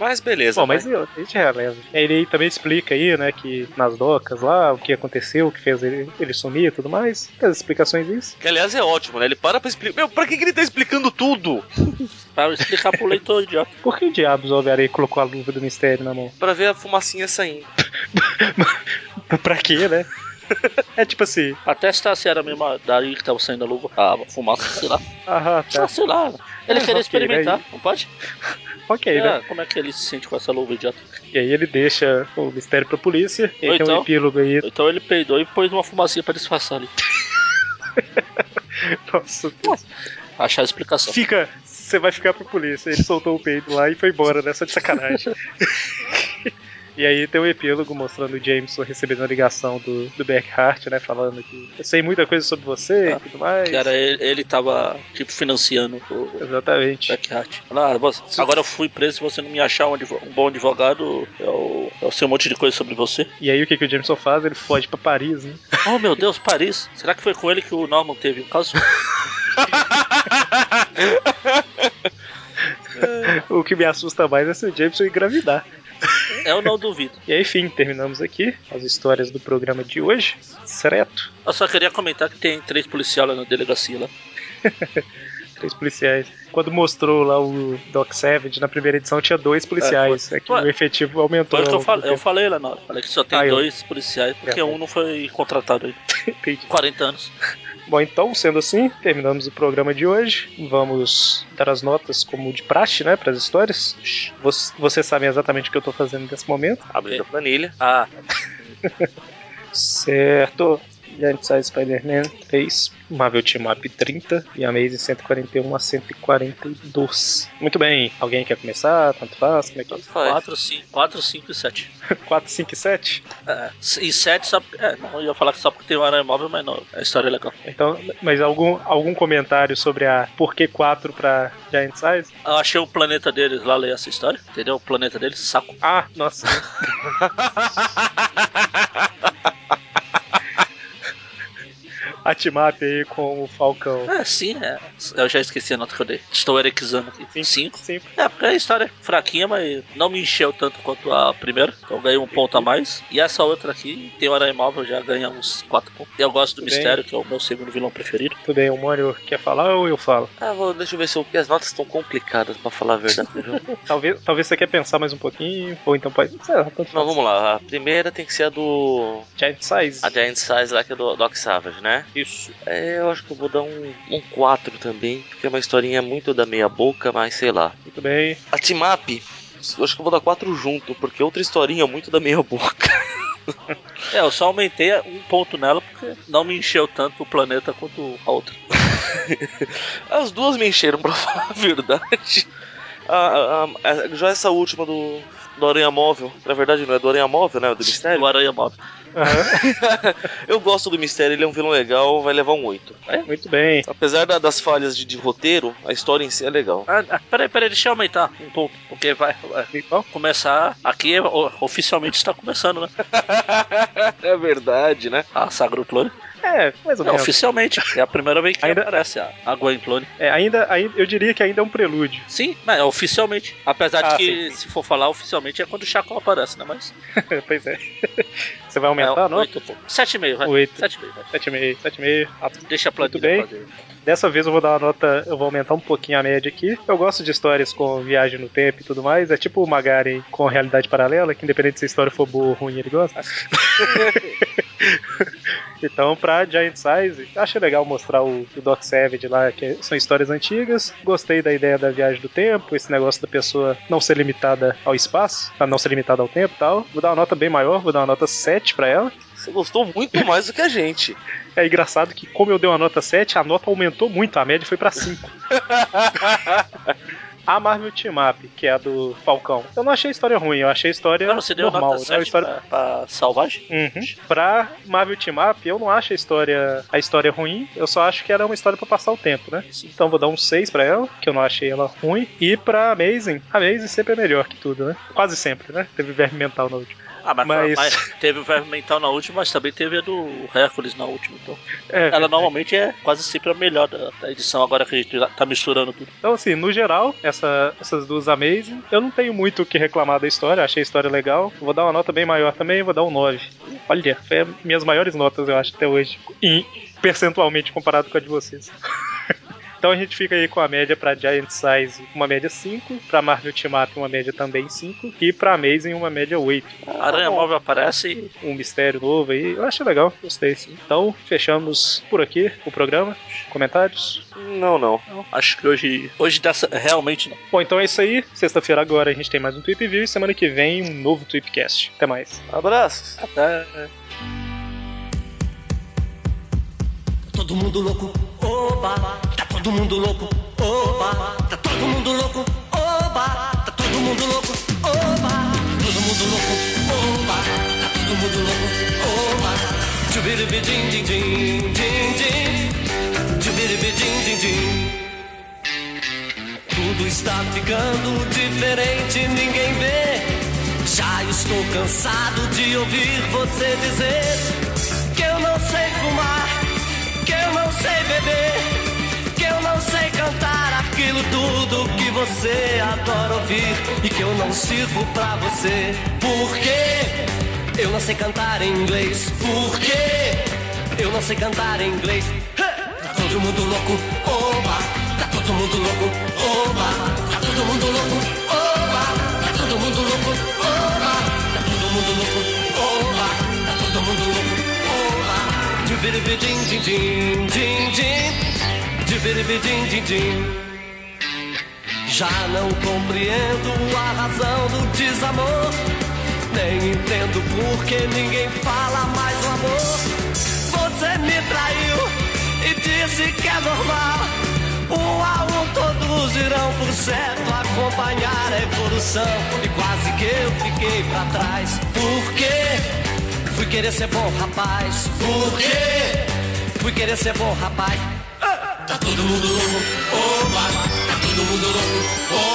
B: Mas beleza. né?
A: Bom, mas
B: vai.
A: a gente releva. Ele aí também explica aí, né, que nas docas lá, o que aconteceu, o que fez ele, ele sumir e tudo mais. As explicações isso.
B: Que aliás é ótimo, né? Ele para pra explicar. Meu, pra que, que ele tá explicando tudo?
C: Pra explicar pro leitor idiota.
A: Por que diabos o Homem-Aranha colocou a luva do mistério na mão?
B: Pra ver a fumacinha saindo.
A: pra quê,
B: [LAUGHS]
A: né? é tipo assim,
C: [LAUGHS] Até testar se era mesmo daí que tava saindo a luva. Ah, fumaça, sei lá.
A: ah,
C: Ah,
A: tá,
C: sei lá.
A: É,
C: Ele
A: ok,
C: queria experimentar,
A: daí-
C: não pode?
A: ok, né?
C: Ah, como é que ele se sente com essa luva idiota?
A: E aí ele deixa o mistério pra polícia, e aí
C: Ou
A: tem um
C: então-
A: epílogo aí.
C: Então ele peidou e pôs uma fumacinha pra disfarçar ali.
A: Nossa, Deus.
C: Achar a explicação.
A: fica, você vai ficar pra polícia. Ele soltou o peito lá e foi embora, né? Só de sacanagem. E aí tem um epílogo mostrando o Jameson recebendo a ligação do, do Beckhart, né? Falando que eu sei muita coisa sobre você
C: Ah,
A: e tudo mais.
C: Que era ele, ele tava, tipo, financiando o
A: Exatamente.
C: Blackheart. Ah, você- agora eu fui preso, se você não me achar um, advo- um bom advogado, eu, eu sei um monte de coisa sobre você.
A: [LAUGHS] E aí o que, que o Jameson faz? Ele foge pra Paris, né? [LAUGHS]
C: Oh meu Deus, Paris. Será que foi com ele que o Norman teve
A: [LAUGHS]
C: um caso?
A: O que me assusta mais é se o Jameson engravidar.
C: Eu não duvido.
A: E aí, enfim, terminamos aqui as histórias do programa de hoje. Certo?
C: Eu só queria comentar que tem três policiais lá na delegacia lá.
A: Três policiais. Quando mostrou lá o Doc Savage, na primeira edição tinha dois policiais. É, que
C: Ué.
A: o efetivo aumentou.
C: Foi o que eu,
A: ao longo
C: fal-
A: do
C: eu falei lá na hora. Falei que só tem
A: Ah, eu-
C: dois policiais, porque
A: É.
C: um não foi contratado aí.
A: tempo. [LAUGHS] Entendi.
C: 40 anos.
A: Bom, então, sendo assim, terminamos o programa de hoje. Vamos dar as notas como de praxe, né, para as histórias. Vo- Vocês sabem exatamente o que eu tô fazendo nesse momento.
B: Abrindo a planilha.
C: Ah,
A: Certo. Giant Spider-Man 3, Marvel Team Up 30 e Amazing 141 a 142. Muito bem, alguém quer começar? Tanto faz, como é que
B: Tanto faz.
C: 4, 5, 4, 5 e 7.
A: é? 4, 5 e 7?
C: É, e 7 só porque. É, não, eu ia falar que só porque tem um aranha móvel, mas não. A história é legal.
A: Então, mas algum, algum comentário sobre a por que 4 pra Giant Size?
C: Eu achei o planeta deles lá, ler essa história. Entendeu? O planeta deles, saco.
A: Ah, nossa. a team-up aí com o Falcão.
C: É, sim, é. Eu já esqueci a nota que eu dei. Estou erequizando aqui.
A: Cinco.
C: 5.
A: Sempre.
C: É, porque a história é fraquinha, mas não me encheu tanto quanto a primeira. Então eu ganhei um ponto a mais. E essa outra aqui, tem o Aranha Móvel, já ganha uns 4 pontos. Eu gosto do
A: Tudo bem.
C: Mistério, que é o meu segundo vilão preferido.
A: Tudo bem, o Mônio quer falar ou eu falo?
B: Ah, vou, deixa eu ver se eu, porque as notas estão complicadas, pra falar a verdade.
A: [LAUGHS]
B: viu?
A: Talvez, talvez você quer pensar mais um pouquinho, ou então pode. Sei lá, tanto
B: Não,
A: faz.
B: vamos Ah, lá. A primeira tem que ser a do.
A: Giant Size.
B: A Giant Size lá que é do Doc Savage, né?
A: Isso.
B: É, eu acho que eu vou dar um, um 4 também, porque é uma historinha muito da meia boca, mas sei lá.
A: Muito bem.
B: A Team Up, eu acho que eu vou dar 4 junto, porque outra historinha é muito da meia boca. [LAUGHS]
C: É, eu só aumentei um ponto nela, porque não me encheu tanto o planeta quanto a outra.
B: As duas me encheram, [LAUGHS] pra falar a verdade. A- a- a- já essa última do, do Aranha Móvel, na verdade não é do Aranha Móvel, né? É Do
C: O
B: Mistério.
C: Aranha Móvel.
A: Aham,
B: Eu gosto do Mistério, ele é um vilão legal, vai levar um 8.
A: [LAUGHS] Muito bem.
B: Apesar da- das falhas de, de roteiro, a história em si é legal. [LAUGHS]
C: Ah, ah, peraí, peraí, deixa eu aumentar um ponto, porque vai, vai
A: Então,
C: começar. Aqui é, o- oficialmente está começando, né?
B: é verdade, né?
C: A Saga do Clone.
A: é, mais ou
C: Não,
A: menos.
C: oficialmente. É a primeira vez que
A: Ainda-
C: aparece a, a Gwen Clone.
A: É, ainda, ainda, eu diria que ainda é um prelúdio. [LAUGHS]
C: Sim, mas é oficialmente. Apesar
A: Ah,
C: de que, se for falar oficialmente, é quando o Chacol aparece, né? Mas.
A: pois é. [LAUGHS] Você vai aumentar a
C: é,
A: nota?
C: oito, pô. Sete e meio, vai.
A: Oito.
C: Sete e meio, vai.
A: 7,5, 7,5.
C: Ah, Deixa a
A: Muito
C: planilha
A: bem.
C: fazer.
A: Dessa vez eu vou dar uma nota, eu vou aumentar um pouquinho a média aqui. Eu gosto de histórias com viagem no tempo e tudo mais. É tipo o Magari com realidade paralela, que independente se a história for boa ou ruim, ele gosta. então, pra Giant Size, achei legal mostrar o, o Doc Savage lá, que é, são histórias antigas. Gostei da ideia da viagem do tempo, esse negócio da pessoa não ser limitada ao espaço, a não ser limitada ao tempo e tal. Vou dar uma nota bem maior, vou dar uma nota 7 pra ela.
B: Você gostou muito mais do que a gente.
A: É engraçado que, como eu dei uma nota 7, a nota aumentou muito, a média foi pra
C: [LAUGHS]
A: 5. a Marvel Team Up, que é a do Falcão. Eu não achei a história ruim, eu achei a história
C: Não, você deu
A: normal.
C: nota
A: né? a
C: 7
A: história...
C: pra, pra salvagem?
A: Uhum. Pra Marvel Team Up, eu não acho a história, a história ruim, eu só acho que ela é uma história pra passar o tempo, né?
C: Sim.
A: Então vou dar um 6 pra ela, que eu não achei ela ruim. E pra Amazing, Amazing sempre é melhor que tudo, né? Quase sempre, né? Teve verme mental na última.
C: Ah, mas,
A: Mas-
C: mas teve o verme mental na última, mas também teve a do Hércules na última, então.
A: É, [LAUGHS]
C: Ela normalmente é quase sempre a melhor da, da edição, agora que a gente tá misturando tudo.
A: Então, assim, no geral, essa- essas duas Amazing, eu não tenho muito o que reclamar da história, achei a história legal. Vou dar uma nota bem maior também, vou dar um 9. Olha, foi as minhas maiores notas, eu acho, até hoje, em- percentualmente comparado com a de vocês. [LAUGHS] Então a gente fica aí com a média pra Giant Size, uma média 5, pra Marvel Team Up uma média também 5 e pra Amazing uma média 8.
C: A Aranha Móvel aparece e
A: Um mistério novo aí, eu achei legal, gostei. Então fechamos por aqui o programa. Comentários?
B: Não, não.
C: não, acho que hoje. Hoje dessa, realmente não.
A: Bom, então é isso aí. Sexta-feira agora a gente tem mais um Tweep View e semana que vem um novo Tweepcast. Até mais.
B: Abraços.
C: Até.
G: todo mundo louco, oba, tá todo mundo louco, oba, tá todo mundo louco, oba, tá todo mundo louco, oba, todo mundo louco, oba, tá todo mundo louco, oba, tchubiribi din din din din din, tchubiribi din din din. Tudo está ficando diferente, ninguém vê. Já estou cansado de ouvir você dizer que eu não sei você adora ouvir e que eu não sirvo pra você. Por quê? Eu não sei cantar em inglês. Por quê? Eu não sei cantar em inglês. Hey! Tá todo mundo louco, oba. Tá todo mundo louco, oba. Tá todo mundo louco, oba. Tá todo mundo louco, oba. Tá todo mundo louco, oba. Tá todo mundo louco, oba. Dibiribidim, din, din, din, din. Dibiribidim, din, din. Já não compreendo a razão do desamor. Nem entendo por que ninguém fala mais o amor. Você me traiu e disse que é normal. Um a um todos irão por certo acompanhar a evolução. E quase que eu fiquei pra trás. Por quê? Fui querer ser bom rapaz. Por quê? Fui querer ser bom rapaz. Ah! Tá todo mundo louco, oba. Tá todo mundo louco, oba.